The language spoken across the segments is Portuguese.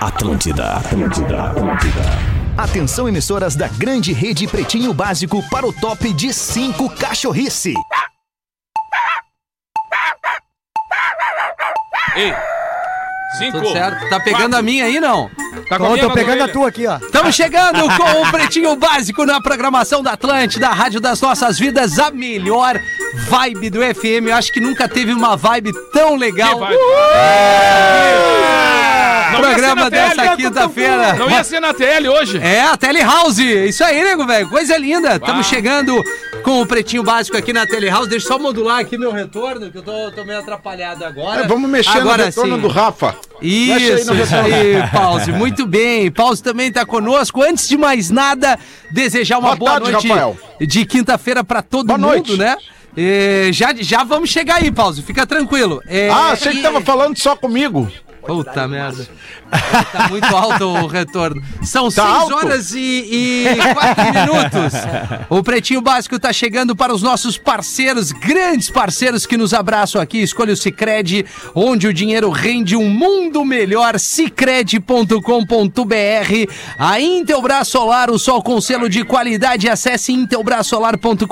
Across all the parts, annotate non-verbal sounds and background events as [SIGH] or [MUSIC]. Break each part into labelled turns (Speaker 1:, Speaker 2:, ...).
Speaker 1: Atlântida, Atlântida, Atlântida.
Speaker 2: Atenção, emissoras da grande rede Pretinho Básico para o top de 5 cachorrice.
Speaker 3: Ei! Cinco!
Speaker 4: Tudo certo? Tá pegando a minha aí, não?
Speaker 3: Tá com
Speaker 5: Ó,
Speaker 3: a
Speaker 5: tô pegando a
Speaker 3: tua.
Speaker 5: tua aqui, ó.
Speaker 4: Estamos chegando com o Pretinho Básico na programação da Atlântida, a Rádio das Nossas Vidas, a melhor vibe do FM. Eu acho que nunca teve uma vibe tão legal.
Speaker 3: vibe. né?
Speaker 4: Não Programa
Speaker 3: né?
Speaker 4: dessa quinta-feira.
Speaker 3: Tá Não ia ser na TL hoje.
Speaker 4: É, a Telehouse. Isso aí, nego, velho. Coisa linda. Estamos chegando com o Pretinho Básico aqui na Telehouse. Deixa eu só modular aqui meu retorno, que eu tô, tô meio atrapalhado agora.
Speaker 6: É, vamos mexer
Speaker 4: agora
Speaker 6: no retorno
Speaker 4: sim.
Speaker 6: do Rafa. aí
Speaker 4: Isso,
Speaker 6: no
Speaker 4: isso aí, Pause. Muito bem. Pause também tá conosco. Antes de mais nada, desejar uma boa,
Speaker 6: Boa tarde,
Speaker 4: noite
Speaker 6: Rafael.
Speaker 4: de quinta-feira pra todo
Speaker 6: Boa
Speaker 4: mundo,
Speaker 6: noite.
Speaker 4: né? É, já, já vamos chegar aí, Pause. Fica tranquilo. É,
Speaker 6: Ah, achei que tava falando só comigo.
Speaker 4: Puta merda. [LAUGHS] Tá muito alto o retorno. São
Speaker 6: Tá
Speaker 4: 6
Speaker 6: alto?
Speaker 4: horas e, e
Speaker 6: [LAUGHS]
Speaker 4: 4 minutos. O Pretinho Básico tá chegando para os nossos parceiros, grandes parceiros que nos abraçam aqui. Escolha o Cicred, onde o dinheiro rende um mundo melhor. Cicred.com.br. A Intelbras Solar, o sol com selo de qualidade. Acesse intelbrasolar.com.br.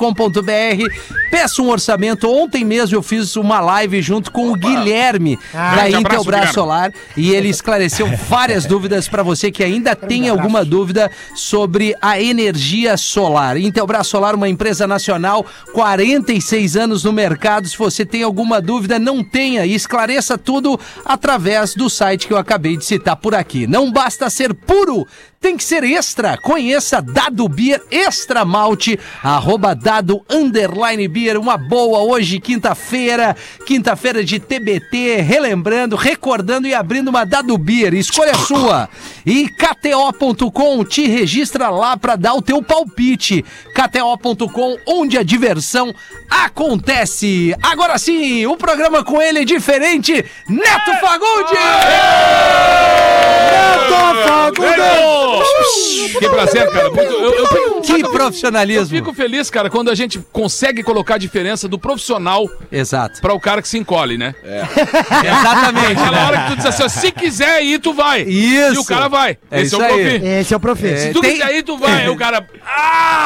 Speaker 4: Peça um orçamento. Ontem mesmo eu fiz uma live junto com o Guilherme da
Speaker 3: Ah. Grande abraço,
Speaker 4: Intelbras
Speaker 3: Guilherme.
Speaker 4: Solar. Solar e
Speaker 3: [LAUGHS]
Speaker 4: ele esclareceu várias dúvidas para você que ainda tem alguma dúvida sobre a energia solar. Intelbras Solar, uma empresa nacional, 46 anos no mercado. Se você tem alguma dúvida, não tenha e esclareça tudo através do site que eu acabei de citar por aqui. Não basta ser puro, tem que ser extra. Conheça Dado Beer Extra Malte, arroba Dado Underline Beer. Uma boa hoje, quinta-feira, quinta-feira de TBT, relembrando, recordando e abrindo uma Dado Beer. Escolha sua. E KTO.com, te registra lá pra dar o teu palpite. KTO.com, onde a diversão acontece. Agora sim, o programa com ele é diferente. Neto Fagundes!
Speaker 3: Que prazer, cara. Muito- eu- eu fico-
Speaker 4: Que
Speaker 3: Eu
Speaker 4: profissionalismo.
Speaker 3: fico feliz, cara, quando a gente consegue colocar a diferença do profissional
Speaker 4: Exato.
Speaker 3: pra o cara que se encolhe, né? [LAUGHS]
Speaker 4: Exatamente.
Speaker 3: Aquela
Speaker 4: né?
Speaker 3: hora que tu diz assim, ó, se quiser ir, tu vai.
Speaker 4: Isso.
Speaker 3: E o cara vai.
Speaker 4: É
Speaker 3: Esse
Speaker 4: isso
Speaker 3: é o
Speaker 4: aí.
Speaker 3: profi.
Speaker 5: Esse é o
Speaker 4: É,
Speaker 5: profeta.
Speaker 3: Se tu
Speaker 4: tem-
Speaker 3: quiser ir, tu vai. Aí o cara...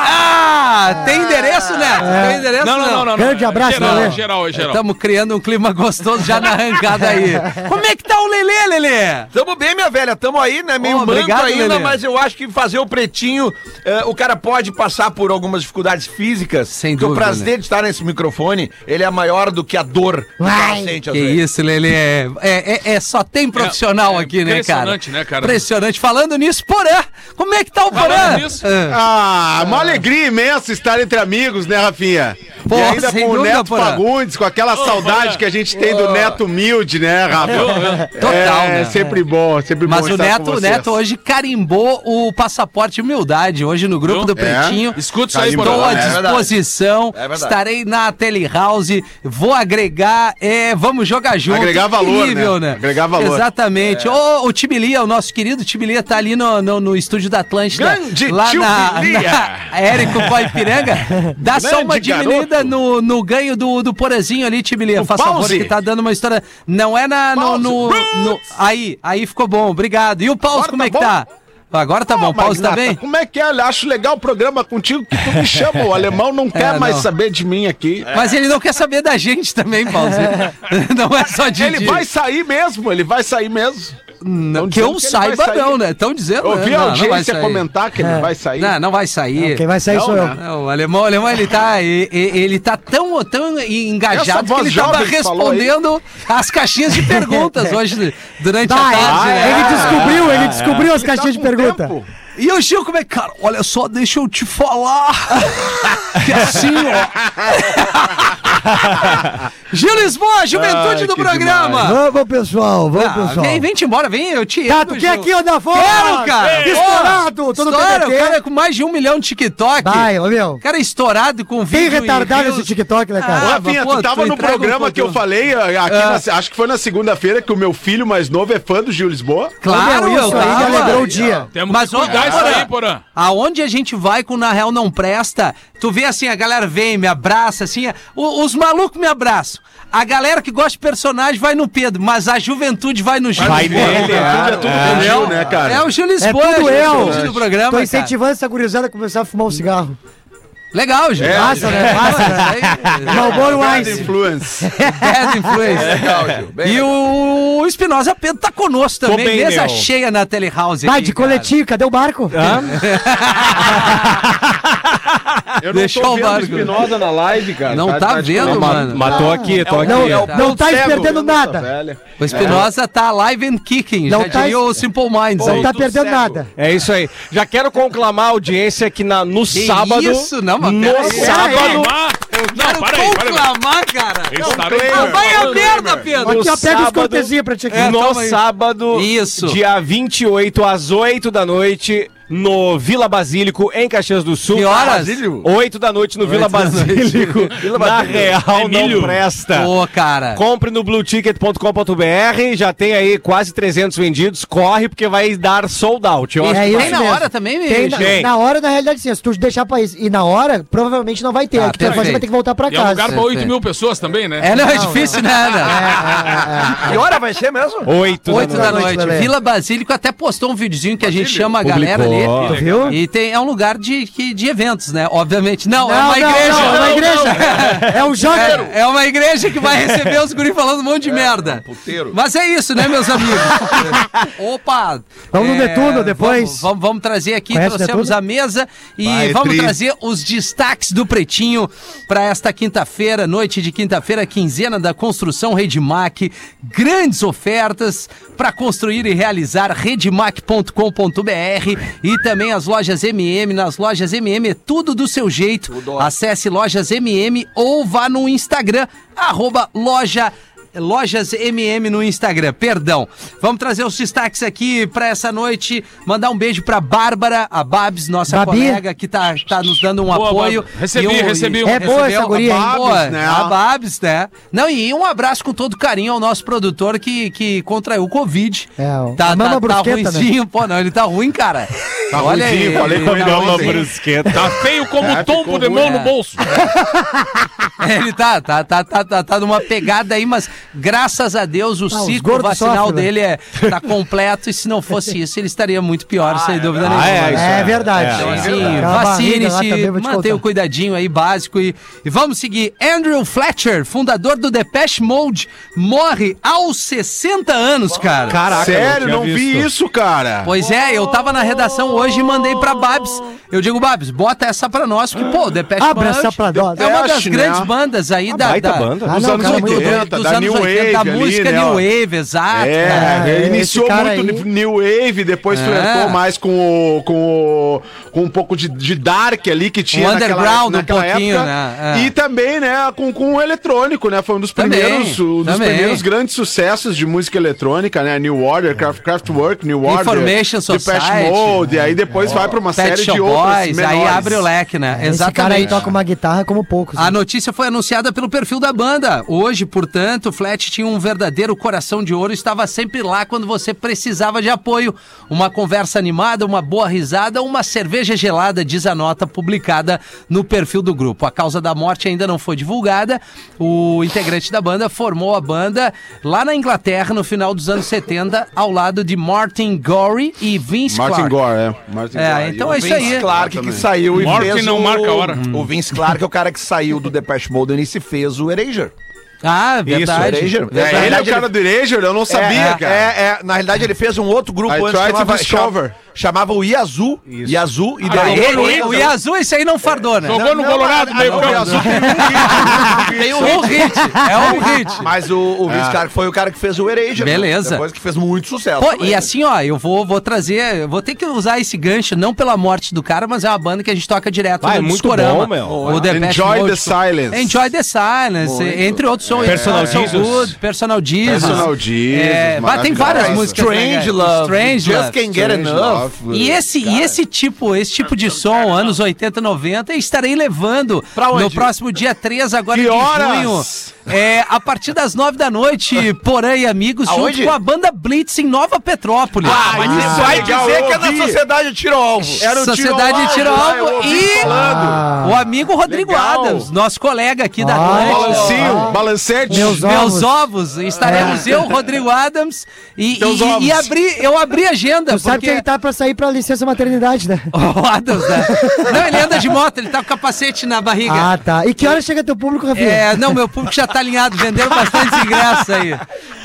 Speaker 4: Ah, tem endereço, Neto? Tem endereço?
Speaker 3: É. Não, não, não, não.
Speaker 5: Grande
Speaker 3: não.
Speaker 5: abraço,
Speaker 3: geral,
Speaker 5: Lelê.
Speaker 3: geral, é geral.
Speaker 4: Estamos criando um clima gostoso já na arrancada aí. Como é que tá o Lelê, Lelê?
Speaker 7: Tamo bem, minha velha, tamo aí, né? Meio
Speaker 4: Ô,
Speaker 7: manco
Speaker 4: obrigado,
Speaker 7: ainda,
Speaker 4: Lelê.
Speaker 7: mas eu acho que fazer o pretinho, eh, o cara pode passar por algumas dificuldades físicas.
Speaker 4: Sem
Speaker 7: porque
Speaker 4: dúvida, né?
Speaker 7: o prazer de estar nesse microfone, ele é maior do que a dor que o cara
Speaker 5: Ai.
Speaker 7: sente, às
Speaker 4: Que
Speaker 7: vezes.
Speaker 4: isso, Lelê. É, é- é- só tem profissional
Speaker 3: é
Speaker 4: aqui, né, cara?
Speaker 3: impressionante, né, cara?
Speaker 4: Impressionante. Falando nisso, Porã, como é que tá o
Speaker 3: Falando
Speaker 4: Porã?
Speaker 3: nisso.
Speaker 4: Ah,
Speaker 6: Ah, uma alegria imensa estar entre amigos, né, Rafinha?
Speaker 4: Pô,
Speaker 6: e ainda
Speaker 4: sem
Speaker 6: com o
Speaker 4: dúvida,
Speaker 6: Neto
Speaker 4: porra.
Speaker 6: Fagundes, com aquela saudade
Speaker 3: porra.
Speaker 6: que a gente tem do Neto humilde, né, Rafa?
Speaker 4: Total,
Speaker 6: é,
Speaker 4: né?
Speaker 6: sempre bom, sempre
Speaker 4: Mas
Speaker 6: bom
Speaker 4: o
Speaker 6: estar
Speaker 4: Neto,
Speaker 6: com
Speaker 4: o
Speaker 6: vocês.
Speaker 4: Neto hoje carimbou o passaporte de humildade, hoje no grupo
Speaker 3: Viu?
Speaker 4: do
Speaker 3: É.
Speaker 4: Pretinho.
Speaker 3: Escuta isso aí,
Speaker 6: Carimbou.
Speaker 4: Estou à
Speaker 7: É verdade.
Speaker 4: disposição,
Speaker 7: É verdade.
Speaker 4: estarei na Telehouse, vou agregar, é, vamos jogar junto.
Speaker 6: Agregar valor, né? Agregar valor. É.
Speaker 4: Exatamente. Ô, o Timilia, o nosso querido Timilia tá ali no, no, no estúdio da Atlântida.
Speaker 6: Grande
Speaker 4: lá
Speaker 6: tio
Speaker 4: na,
Speaker 6: Bilia.
Speaker 4: na Érico Boipiranga. Dá só
Speaker 6: Grande
Speaker 4: uma diminuída
Speaker 6: garoto.
Speaker 4: no, no ganho do, do Porazinho ali, Timilia.
Speaker 6: No
Speaker 4: Faz favor
Speaker 6: pause.
Speaker 4: que tá dando uma história. Não é na, no,
Speaker 6: Pause.
Speaker 4: no- no- Então, Aí, aí ficou bom, obrigado. E o Paulo,
Speaker 6: Agora
Speaker 4: como
Speaker 6: tá
Speaker 4: é que
Speaker 6: bom?
Speaker 4: tá? Agora tá bom,
Speaker 6: Ô,
Speaker 4: o Paulo tá
Speaker 6: Magnata,
Speaker 4: bem?
Speaker 6: Como é que é? Acho legal o programa contigo que tu me chama.
Speaker 4: [LAUGHS]
Speaker 6: O alemão não quer
Speaker 4: É, não. É,
Speaker 6: mais saber de mim aqui.
Speaker 4: Mas ele não quer saber da gente também, Paulo. [LAUGHS] Não é só de
Speaker 6: Ele vai sair mesmo, ele vai sair mesmo.
Speaker 4: não,
Speaker 6: tão
Speaker 4: que eu
Speaker 6: dizendo que ele vai
Speaker 4: saiba,
Speaker 6: sair.
Speaker 4: não, né? Estão dizendo.
Speaker 6: Eu
Speaker 4: né?
Speaker 6: vi
Speaker 4: Não,
Speaker 6: a
Speaker 4: não vai
Speaker 6: audiência
Speaker 4: sair. É.
Speaker 6: comentar que ele vai sair.
Speaker 4: Não, não vai sair.
Speaker 5: Quem vai sair
Speaker 6: Não,
Speaker 5: sou eu.
Speaker 6: né?
Speaker 4: Não, o alemão, o alemão ele tá, e- e- ele, tá tão, tão
Speaker 6: Essa
Speaker 4: engajado que
Speaker 6: voz
Speaker 4: ele tava
Speaker 6: jovem que falou aí.
Speaker 4: respondendo as caixinhas
Speaker 6: [LAUGHS]
Speaker 4: de perguntas hoje durante a
Speaker 5: Vai,
Speaker 6: ah,
Speaker 4: tarde.
Speaker 6: é.
Speaker 4: né?
Speaker 5: ele descobriu, ele descobriu as
Speaker 6: Ele tá
Speaker 5: caixinhas de
Speaker 6: com
Speaker 5: pergunta.
Speaker 6: tempo.
Speaker 4: E o Gil, como é que. Cara, olha só, deixa eu te falar. [LAUGHS] que assim, ó. [LAUGHS] Gil Lisboa, juventude
Speaker 6: Ai,
Speaker 4: do
Speaker 6: que
Speaker 4: programa.
Speaker 5: Vamos, pessoal, vamos,
Speaker 4: Ah,
Speaker 5: pessoal.
Speaker 4: vem, vem-te embora, vem, eu te
Speaker 5: Tá, tu quer aqui, ô, na fora?
Speaker 4: Quero, cara.
Speaker 5: Estourado, tô no
Speaker 4: Estoura, o
Speaker 5: PPT.
Speaker 4: cara é com mais de um milhão de TikTok.
Speaker 5: Vai, ô, meu.
Speaker 4: O cara é estourado com
Speaker 5: Bem
Speaker 4: vídeo.
Speaker 5: retardado
Speaker 4: e
Speaker 5: esse
Speaker 4: reels.
Speaker 5: TikTok, né,
Speaker 6: Ô,
Speaker 5: cara?
Speaker 4: Ah,
Speaker 6: Rafinha,
Speaker 4: pô,
Speaker 6: tu tava
Speaker 4: tu
Speaker 6: no
Speaker 4: entrega um
Speaker 6: programa que eu
Speaker 4: conteúdo.
Speaker 6: falei, ah, aqui
Speaker 4: Ah.
Speaker 6: na- acho que foi na segunda-feira, que o meu filho mais novo é fã do Gil Lisboa.
Speaker 4: Claro,
Speaker 5: Ô, meu,
Speaker 4: eu
Speaker 5: isso aí me
Speaker 4: tava.
Speaker 5: alegrou o dia.
Speaker 3: Temos
Speaker 4: Mas
Speaker 3: que
Speaker 4: ó,
Speaker 3: cuidar explicar isso aí, Porã.
Speaker 4: Aonde a gente vai com Na Real Não Presta, tu vê assim, a galera vem, me abraça, assim, é, o- os malucos me abraçam. A galera que gosta de personagem vai no Pedro, mas a juventude vai no Gil.
Speaker 6: Vai nele, é, tudo é, do Gil, né, cara?
Speaker 4: É o Gil
Speaker 5: É
Speaker 4: Lisboa,
Speaker 5: tudo
Speaker 4: a
Speaker 5: eu.
Speaker 4: juventude do programa,
Speaker 5: Tô
Speaker 4: cara.
Speaker 5: incentivando essa gurizada a começar a fumar um cigarro.
Speaker 4: Legal, Gil.
Speaker 5: Massa, né? Massa,
Speaker 4: né? é,
Speaker 5: Malboro
Speaker 6: Bad
Speaker 5: Ice.
Speaker 6: Influence.
Speaker 4: Bad influence.
Speaker 7: Legal, Gil. Bem
Speaker 4: E
Speaker 7: legal.
Speaker 4: o Espinosa Pedro tá conosco também,
Speaker 6: bem,
Speaker 4: mesa
Speaker 6: meu.
Speaker 4: cheia na Telehouse.
Speaker 5: Vai
Speaker 4: aqui,
Speaker 5: de
Speaker 4: cara.
Speaker 5: coletinho, cadê o barco?
Speaker 6: Eu
Speaker 4: Deixou o barco.
Speaker 6: Espinosa na live, cara.
Speaker 4: Não tá vendo,
Speaker 6: ma-
Speaker 4: mano.
Speaker 6: Matou aqui, tô
Speaker 5: Não,
Speaker 6: aqui.
Speaker 5: não tá perdendo
Speaker 4: né?
Speaker 5: nada.
Speaker 4: O Espinosa tá live and kicking,
Speaker 5: Não
Speaker 4: já
Speaker 5: tá
Speaker 4: diria
Speaker 5: es-
Speaker 4: o Simple Minds
Speaker 5: Não
Speaker 4: aí.
Speaker 5: tá perdendo
Speaker 7: cego.
Speaker 5: nada.
Speaker 8: É isso aí. Já quero conclamar a audiência que na, no
Speaker 4: Que
Speaker 8: sábado.
Speaker 4: isso? Não, mas
Speaker 8: no
Speaker 4: pera aí.
Speaker 8: sábado.
Speaker 3: Mas-
Speaker 4: Quero
Speaker 3: Não, para aí, para aí.
Speaker 4: conclamar, cara.
Speaker 3: Estarei-
Speaker 4: Ah, vai a merda,
Speaker 5: Aqui,
Speaker 4: Pedro.
Speaker 5: ó, pega os
Speaker 8: sábado-
Speaker 5: cortezinhos pra ti
Speaker 4: É,
Speaker 5: aqui.
Speaker 8: no sábado,
Speaker 4: Ah, Isso.
Speaker 8: dia 28 às 8 da noite, no Vila Basílico, em Caxias do Sul.
Speaker 4: Que horas?
Speaker 8: 8 da noite no Vila
Speaker 4: [LAUGHS]
Speaker 8: Basílico. Na real, não
Speaker 3: tá-
Speaker 8: presta.
Speaker 4: Pô, cara.
Speaker 8: Compre no blueticket.com.br, já tem aí quase 300 vendidos. Corre porque vai dar sold out. Eu
Speaker 4: E
Speaker 8: acho
Speaker 5: é
Speaker 8: que
Speaker 5: isso
Speaker 4: tem na
Speaker 5: mesmo.
Speaker 4: hora também,
Speaker 5: Tem
Speaker 4: bicho.
Speaker 8: gente.
Speaker 5: na, na hora, na realidade, sim. é Se tu deixar pra isso. E na hora, provavelmente não vai ter.
Speaker 4: Ah,
Speaker 5: o que tu vai fazer
Speaker 4: perfeito.
Speaker 5: vai ter que voltar pra
Speaker 3: E é um
Speaker 5: casa.
Speaker 3: lugar pra 8 mil pessoas também, né?
Speaker 4: É, não, é difícil, [LAUGHS] nada.
Speaker 7: Que hora vai ser mesmo?
Speaker 8: 8
Speaker 4: Oito da noite.
Speaker 5: Lelé.
Speaker 4: Vila Basílico até postou um videozinho que a gente chama a galera
Speaker 8: Publicou.
Speaker 4: ali.
Speaker 5: Viu?
Speaker 4: E tem, é um lugar de, que- de eventos, né? Obviamente. Não, é
Speaker 5: Não,
Speaker 4: uma
Speaker 5: não,
Speaker 4: igreja.
Speaker 5: não, é uma igreja. [LAUGHS] É um jogo.
Speaker 4: É, é uma igreja que vai receber os guri falando um monte
Speaker 3: É,
Speaker 4: de merda.
Speaker 7: puteiro.
Speaker 4: Mas é isso, né, meus amigos?
Speaker 3: [LAUGHS]
Speaker 4: Opa! É,
Speaker 5: Vamos no Netuno depois.
Speaker 4: Vamos, vamos- vamos trazer aqui,
Speaker 5: Conhece o
Speaker 4: trouxemos
Speaker 5: Netuno?
Speaker 4: a mesa e
Speaker 6: Vai,
Speaker 4: vamos
Speaker 6: tri.
Speaker 4: trazer os destaques do Pretinho para esta quinta-feira, noite de quinta-feira, quinzena da construção Redmac. Grandes ofertas para construir e realizar redmac.com.br e também as lojas MM. Nas lojas MM é tudo do seu jeito. Acesse lojas MM ou vá no Instagram, arroba loja Lojas MM no Instagram, perdão. Vamos trazer os destaques aqui para essa noite. Mandar um beijo para Bárbara, a Babs, nossa
Speaker 5: Babi.
Speaker 4: colega que tá, tá nos dando um
Speaker 3: Boa,
Speaker 4: apoio.
Speaker 3: Babs. Recebi,
Speaker 4: E
Speaker 3: recebi um.
Speaker 5: É boa
Speaker 4: recebeu
Speaker 5: essa guria,
Speaker 4: a
Speaker 5: hein?
Speaker 4: Babs,
Speaker 5: Boa.
Speaker 4: né? A Babs, né? Não, e um abraço com todo carinho ao nosso produtor que, que contraiu o Covid.
Speaker 5: É, o- a
Speaker 4: tá,
Speaker 5: mama
Speaker 4: tá, tá
Speaker 5: brusqueta, né?
Speaker 4: ruimzinho, pô, não, ele tá ruim, cara. Olha aí,
Speaker 6: falei com
Speaker 4: ele
Speaker 6: ele,
Speaker 4: tá
Speaker 6: mama
Speaker 4: ruimzinho.
Speaker 8: brusqueta.
Speaker 3: Tá feio como
Speaker 6: É,
Speaker 3: tombo
Speaker 6: ficou
Speaker 3: de
Speaker 6: ruim,
Speaker 3: mão
Speaker 4: é.
Speaker 3: no bolso.
Speaker 4: [LAUGHS] Ele tá, tá, tá, tá, tá, tá numa pegada aí, mas graças a Deus o
Speaker 5: Ah, os
Speaker 4: ciclo
Speaker 5: gordos
Speaker 4: vacinal
Speaker 5: sofrem, né?
Speaker 4: dele é,
Speaker 5: [LAUGHS]
Speaker 4: tá completo e se não fosse isso ele estaria muito pior, sem dúvida nenhuma.
Speaker 8: Ah, é, isso
Speaker 5: É verdade.
Speaker 4: Então, assim,
Speaker 5: Aquela barriga lá também,
Speaker 4: vacine-se,
Speaker 5: vou te
Speaker 4: mantenha o
Speaker 5: contar.
Speaker 4: cuidadinho aí básico e, e vamos seguir. Andrew Fletcher, fundador do Depeche Mode, morre aos 60 anos, cara.
Speaker 8: Caraca,
Speaker 6: Sério,
Speaker 8: eu
Speaker 6: não
Speaker 8: tinha
Speaker 6: vi
Speaker 8: visto.
Speaker 6: isso, cara.
Speaker 4: Pois é, eu tava na redação hoje e mandei pra Babs. Eu digo, Babs, bota essa pra nós, que, pô, o Depeche
Speaker 5: Abra
Speaker 4: Mode
Speaker 5: essa pra nós.
Speaker 4: É uma das
Speaker 6: Depeche,
Speaker 4: grandes
Speaker 6: né?
Speaker 4: bandas aí da,
Speaker 8: baita
Speaker 4: da-
Speaker 8: banda.
Speaker 5: Ah,
Speaker 6: Dos
Speaker 5: não,
Speaker 6: anos
Speaker 5: cara, muito
Speaker 6: 80,
Speaker 4: dos
Speaker 6: da
Speaker 4: anos
Speaker 6: New
Speaker 4: 80,
Speaker 6: Wave
Speaker 4: da
Speaker 6: ali,
Speaker 4: música
Speaker 6: né,
Speaker 4: New
Speaker 6: ó.
Speaker 4: Wave, exato.
Speaker 6: É,
Speaker 5: é,
Speaker 6: ele
Speaker 5: esse
Speaker 6: iniciou
Speaker 5: cara
Speaker 6: muito
Speaker 5: aí.
Speaker 6: New Wave, depois
Speaker 4: É.
Speaker 6: flertou mais com o, com o- com um pouco de, de dark ali que tinha
Speaker 4: Um
Speaker 6: naquela-
Speaker 4: underground um
Speaker 6: naquela,
Speaker 4: pouquinho,
Speaker 6: época.
Speaker 4: né? É.
Speaker 6: E também, né, com, com o eletrônico, né? Foi um dos
Speaker 4: Também,
Speaker 6: primeiros, um dos
Speaker 4: também.
Speaker 6: primeiros grandes sucessos de música eletrônica, né? New Order, Kraft, Kraftwerk, New Order,
Speaker 4: Information Society. né?
Speaker 6: Depeche Mode, aí depois vai pra uma
Speaker 4: Pet
Speaker 6: série
Speaker 4: Shop
Speaker 6: de outras
Speaker 4: Boys, aí
Speaker 6: menores.
Speaker 4: abre o leque, né?
Speaker 5: Esse cara aí toca uma guitarra como poucos. né?
Speaker 4: A notícia foi anunciada pelo perfil da banda. Hoje, portanto, Flat tinha um verdadeiro coração de ouro e estava sempre lá quando você precisava de apoio. Uma conversa animada, uma boa risada, uma cerveja gelada, diz a nota publicada no perfil do grupo. A causa da morte ainda não foi divulgada. O integrante da banda formou a banda lá na Inglaterra no final dos anos 70, ao lado de Martin Gore e Vince
Speaker 6: Martin
Speaker 4: Clarke.
Speaker 6: Gore, é. Martin
Speaker 4: É,
Speaker 6: Gore.
Speaker 4: então
Speaker 6: E
Speaker 4: é
Speaker 6: o
Speaker 4: isso
Speaker 6: Vince
Speaker 4: aí.
Speaker 6: Clarke
Speaker 7: Clark que saiu e
Speaker 3: Morte
Speaker 7: fez
Speaker 3: não
Speaker 7: o...
Speaker 3: marca a hora.
Speaker 7: O Vince Clark é o cara que saiu do Depeche Mode e se fez o Erasure.
Speaker 4: Ah, verdade.
Speaker 7: Erasure.
Speaker 6: É, ele é o cara do Erasure, eu não sabia,
Speaker 7: Sabia,
Speaker 6: cara.
Speaker 7: É, é, na realidade ele fez um outro grupo
Speaker 6: I
Speaker 7: antes
Speaker 6: tried to
Speaker 7: chamava,
Speaker 6: discover.
Speaker 7: cha- chamava o Iazu. Iazu e
Speaker 4: Ah,
Speaker 7: daí
Speaker 4: ele-
Speaker 7: ele-
Speaker 4: o
Speaker 8: então.
Speaker 4: Iazu, esse aí não fardou, né?
Speaker 3: Jogou no Colorado, meio
Speaker 7: não, o
Speaker 3: campo.
Speaker 7: Iazu tem um hit. Tem um hit.
Speaker 4: hit, é um [LAUGHS] hit.
Speaker 7: Mas o, o
Speaker 6: Ah.
Speaker 7: Vince Clark foi o cara que fez o Erasure.
Speaker 4: Beleza.
Speaker 7: Depois que fez muito sucesso.
Speaker 4: Pô,
Speaker 7: também,
Speaker 4: e
Speaker 7: né?
Speaker 4: assim, ó, eu vou, vou trazer, eu vou ter que usar esse gancho, não pela morte do cara, mas é uma banda que a gente toca direto
Speaker 8: Ah, é
Speaker 4: no
Speaker 8: muito bom,
Speaker 4: Discorama.
Speaker 8: meu.
Speaker 4: O The Best
Speaker 6: Enjoy
Speaker 4: Mode.
Speaker 6: the Silence.
Speaker 4: Enjoy the Silence, entre outros sons.
Speaker 8: Personal
Speaker 4: So
Speaker 8: Jesus.
Speaker 4: Good, Personal Jesus.
Speaker 6: Personal Jesus,
Speaker 4: É, mas tem várias
Speaker 6: maravilhosa.
Speaker 4: músicas.
Speaker 7: Strange Love,
Speaker 4: Strange
Speaker 7: Just Can't Get Enough.
Speaker 6: Love.
Speaker 4: E esse, e esse tipo, esse tipo de som, anos 80, 90, estarei levando no próximo dia 3, agora
Speaker 6: Que
Speaker 4: de
Speaker 6: horas?
Speaker 4: junho. É, a partir das 9 da noite, Porã e amigos,
Speaker 7: Aonde?
Speaker 4: junto com a banda Blitz em Nova Petrópolis.
Speaker 7: Ah, mas isso vai dizer que é da sociedade tiro-alvo.
Speaker 6: Era o
Speaker 4: Sociedade Tiro
Speaker 6: Tiro-Alvo, ah, eu
Speaker 4: Alvo
Speaker 6: ouvi
Speaker 4: e
Speaker 5: falando.
Speaker 4: o amigo Rodrigo
Speaker 6: Legal.
Speaker 4: Adams, nosso colega aqui da
Speaker 5: Ah,
Speaker 4: Atlântica.
Speaker 6: Balancinho, balancete.
Speaker 5: Meus ovos.
Speaker 4: Meus ovos, estaremos
Speaker 6: É.
Speaker 4: eu, Rodrigo Adams e, e,
Speaker 7: Teus ovos.
Speaker 4: e abri, eu abri a agenda.
Speaker 5: Tu sabe que
Speaker 4: porque...
Speaker 5: ele tá pra sair pra licença maternidade, né?
Speaker 4: [LAUGHS] O Adams, né? Não, ele anda de moto, ele tá com capacete na barriga.
Speaker 5: Ah, tá. E que hora chega teu público, Rafinha?
Speaker 4: É, não, meu público já tá alinhado, venderam bastante ingresso aí.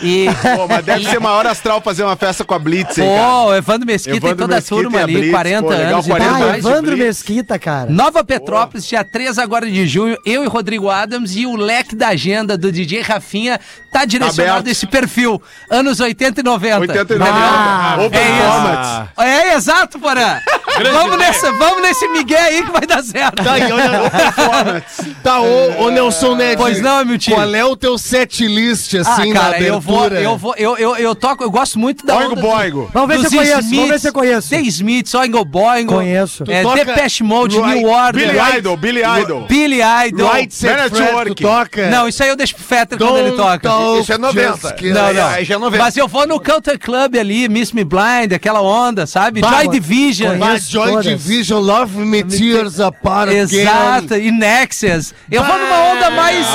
Speaker 4: E.
Speaker 6: Pô, mas deve ser maior astral fazer uma festa com a Blitz, hein, cara?
Speaker 4: Pô, Evandro Mesquita
Speaker 6: Evandro
Speaker 4: e toda
Speaker 6: Mesquita
Speaker 4: a turma
Speaker 6: e a
Speaker 4: ali,
Speaker 6: Blitz,
Speaker 4: 40
Speaker 6: pô, legal,
Speaker 4: anos. de
Speaker 6: 40
Speaker 4: idade.
Speaker 5: Ah,
Speaker 6: verdade,
Speaker 5: Evandro
Speaker 6: Blitz.
Speaker 5: Mesquita, cara.
Speaker 4: Nova Petrópolis, dia 3 agora de junho, eu e Rodrigo Adams e o leque da agenda do DJ Rafinha tá direcionado
Speaker 6: Aberto.
Speaker 4: a esse perfil, anos 80 e 90.
Speaker 6: 80 e
Speaker 4: entendeu?
Speaker 6: 90. Open
Speaker 4: é isso.
Speaker 6: formats.
Speaker 4: É,
Speaker 9: [LAUGHS]
Speaker 4: exato, Porã. vamos, nessa, vamos nesse Miguel aí que vai dar certo.
Speaker 9: Tá, e olha,
Speaker 4: [LAUGHS]
Speaker 9: tá ô, ô Nelson Ned.
Speaker 4: Pois não, meu tio. Ah,
Speaker 9: Qual é o teu set list, assim, na abertura?
Speaker 4: eu vou, eu vou, eu, eu, eu toco, eu gosto muito da
Speaker 6: Boingo,
Speaker 4: onda
Speaker 6: boingo.
Speaker 5: Vamos ver
Speaker 4: dos
Speaker 5: se eu conheço, vamos ver se eu conheço.
Speaker 4: The Smiths, Oingo Boingo.
Speaker 5: Conheço.
Speaker 4: É,
Speaker 9: Tu toca
Speaker 4: Depeche Mode,
Speaker 9: Right-
Speaker 4: New Order.
Speaker 6: Billy
Speaker 4: Right-
Speaker 6: Idol, Billy Idol.
Speaker 4: Billy Idol.
Speaker 9: Right Set
Speaker 6: Better to
Speaker 9: Fred, tu
Speaker 6: work.
Speaker 9: toca.
Speaker 4: Não, isso aí eu deixo pro Fetter quando ele
Speaker 9: Don't
Speaker 4: toca.
Speaker 9: talk,
Speaker 7: Isso é 90.
Speaker 9: just kiss.
Speaker 4: Não, não.
Speaker 7: Aí já é 90.
Speaker 4: Mas eu vou no Counter Club ali, Miss Me Blind, aquela onda, sabe?
Speaker 5: Bah,
Speaker 4: Joy Division.
Speaker 5: conheço.
Speaker 9: Mas Joy
Speaker 5: todas.
Speaker 9: Division, Love Me Tears Apart
Speaker 4: Exato,
Speaker 9: Again.
Speaker 4: e Nexus. Eu vou numa onda mais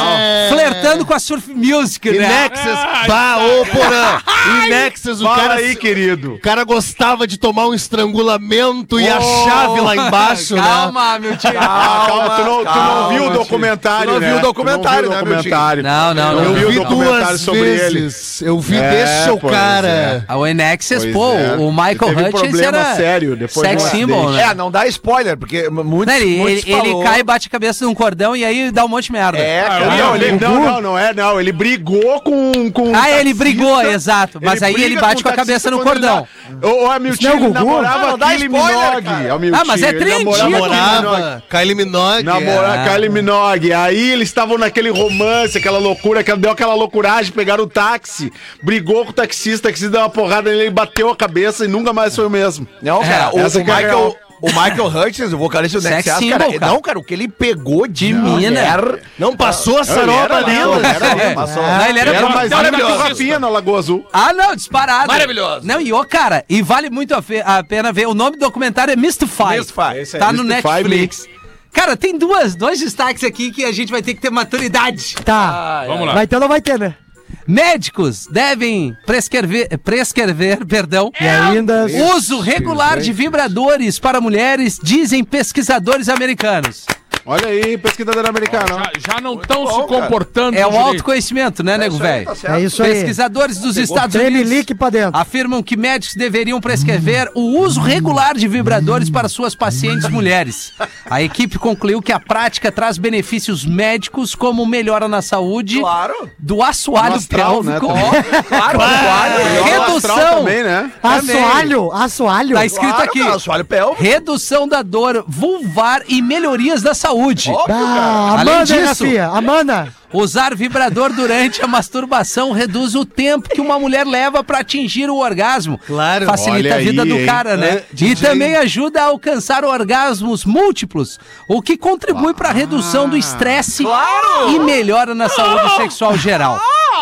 Speaker 4: flertando com a surf music,
Speaker 9: E
Speaker 4: né?
Speaker 9: Nexus,
Speaker 6: Ah,
Speaker 9: bah,
Speaker 6: tá.
Speaker 9: ô
Speaker 6: [LAUGHS]
Speaker 9: Porã. E Nexus, o
Speaker 6: Fala
Speaker 9: cara...
Speaker 6: aí, querido.
Speaker 9: O cara gostava de tomar um estrangulamento e a chave lá embaixo, né?
Speaker 4: Calma, meu tio.
Speaker 6: Ah, calma, tu não, tu não viu o documentário,
Speaker 7: Tu não
Speaker 6: né?
Speaker 7: viu o documentário,
Speaker 6: Tu não viu
Speaker 7: né,
Speaker 6: o documentário.
Speaker 4: Não, não, não.
Speaker 6: Eu vi
Speaker 9: Eu
Speaker 6: o
Speaker 9: vi
Speaker 6: documentário
Speaker 9: duas
Speaker 6: sobre
Speaker 9: vezes. Eu vi,
Speaker 6: É,
Speaker 9: deixa o
Speaker 6: pois
Speaker 7: é.
Speaker 9: cara.
Speaker 4: A Ah, Nexus,
Speaker 6: Pois
Speaker 4: pô,
Speaker 6: é.
Speaker 4: o Michael
Speaker 6: Teve
Speaker 4: Hutchins
Speaker 6: problema
Speaker 4: era
Speaker 6: sério depois
Speaker 4: sex
Speaker 6: de um
Speaker 4: symbol, né?
Speaker 7: É, não dá spoiler, porque muitos,
Speaker 8: É,
Speaker 4: Não, ele,
Speaker 7: muitos
Speaker 4: ele- ele
Speaker 7: falou.
Speaker 4: cai e bate a cabeça num cordão e aí dá um monte de merda.
Speaker 7: É,
Speaker 6: Ah,
Speaker 7: cara.
Speaker 6: não, ele- não, não, não é, não. Ele brigou com. com um
Speaker 4: Ah, ele
Speaker 6: taxista.
Speaker 4: brigou, exato. Mas aí
Speaker 6: briga
Speaker 4: ele bate com a
Speaker 6: o taxista
Speaker 4: cabeça no
Speaker 6: quando ele
Speaker 4: cordão.
Speaker 6: dá- Ô, ô, Amiltinho,
Speaker 5: Isso não é o
Speaker 6: ele
Speaker 5: Gugu?
Speaker 6: namorava
Speaker 7: Não, dá
Speaker 6: Kylie
Speaker 7: spoiler,
Speaker 6: Minogue.
Speaker 7: cara.
Speaker 6: Amiltinho,
Speaker 4: Ah, mas é
Speaker 6: ele
Speaker 4: trendinho,
Speaker 6: Kylie
Speaker 9: Namorava Kylie Minogue.
Speaker 6: Minogue. Namorava
Speaker 4: Ah.
Speaker 6: Kylie Minogue. Aí eles estavam naquele romance, aquela loucura, que deu aquela loucuragem, pegaram o táxi, brigou com o taxista, o taxista deu uma porrada nele, ele bateu a cabeça e nunca mais foi o mesmo.
Speaker 7: Não, cara, o,
Speaker 6: essa
Speaker 7: o
Speaker 6: que é
Speaker 7: Michael,
Speaker 6: real.
Speaker 7: o Michael Hutchins, o vocalista do
Speaker 4: Sex
Speaker 7: Nexus, cara,
Speaker 4: symbol, cara.
Speaker 7: Não, cara, o que ele pegou de
Speaker 4: mina.
Speaker 7: mulher-
Speaker 9: Não passou a saroba
Speaker 6: Ele era
Speaker 9: linda.
Speaker 8: É.
Speaker 6: Era lindo,
Speaker 7: passou.
Speaker 4: Não, ele era
Speaker 6: Era
Speaker 4: bom.
Speaker 6: mais
Speaker 3: Então,
Speaker 6: linda que o
Speaker 3: maravilhoso.
Speaker 6: Rafinha na Lagoa Azul.
Speaker 4: Ah, não, disparado.
Speaker 3: Maravilhoso.
Speaker 4: Não, e ô, cara, e vale muito a, fe- a pena ver. O nome do documentário é Mystify.
Speaker 7: Mystify, esse
Speaker 4: Tá no
Speaker 6: Mystify
Speaker 4: Netflix. Cara, tem duas, dois destaques aqui que a gente vai ter que ter maturidade. Ah.
Speaker 5: Tá.
Speaker 3: Vamos lá.
Speaker 5: Vai ter ou não vai ter, né?
Speaker 4: Médicos devem prescrever, prescrever perdão,
Speaker 5: E ainda.
Speaker 4: uso regular de vibradores para mulheres, dizem pesquisadores americanos.
Speaker 6: Olha aí, pesquisadora americana. ó.
Speaker 3: Já, já não estão se
Speaker 7: bom, cara.
Speaker 3: comportando.
Speaker 4: É o
Speaker 3: direito.
Speaker 4: autoconhecimento, né, nego velho?
Speaker 5: É isso aí.
Speaker 4: Pesquisadores dos Estados
Speaker 5: Treme
Speaker 4: Unidos
Speaker 5: leak pra dentro.
Speaker 4: afirmam que médicos deveriam prescrever o uso regular de vibradores para suas pacientes mulheres. A equipe concluiu que a prática traz benefícios médicos, como melhora na saúde
Speaker 7: Claro.
Speaker 4: do assoalho
Speaker 6: No astral, né,
Speaker 4: pélvico, tá
Speaker 6: também.
Speaker 7: Claro, claro.
Speaker 4: Claro.
Speaker 6: Astral
Speaker 4: Redução.
Speaker 6: também, né?
Speaker 5: Assoalho, assoalho.
Speaker 4: Ah, Tá escrito
Speaker 7: Claro,
Speaker 4: aqui.
Speaker 7: cara, assoalho pélvico.
Speaker 4: Redução da dor vulvar e melhorias da saúde.
Speaker 5: Ah,
Speaker 4: Além
Speaker 5: Amanda, hein,
Speaker 4: disso-
Speaker 5: Rafinha? Amanda.
Speaker 4: Usar vibrador durante a masturbação reduz o tempo que uma mulher leva para atingir o orgasmo.
Speaker 9: Claro.
Speaker 4: Facilita
Speaker 6: Olha
Speaker 4: a vida
Speaker 6: aí,
Speaker 4: do
Speaker 6: hein?
Speaker 4: cara, né? e também ajuda a alcançar orgasmos múltiplos, o que contribui para a redução do estresse e melhora na saúde sexual geral.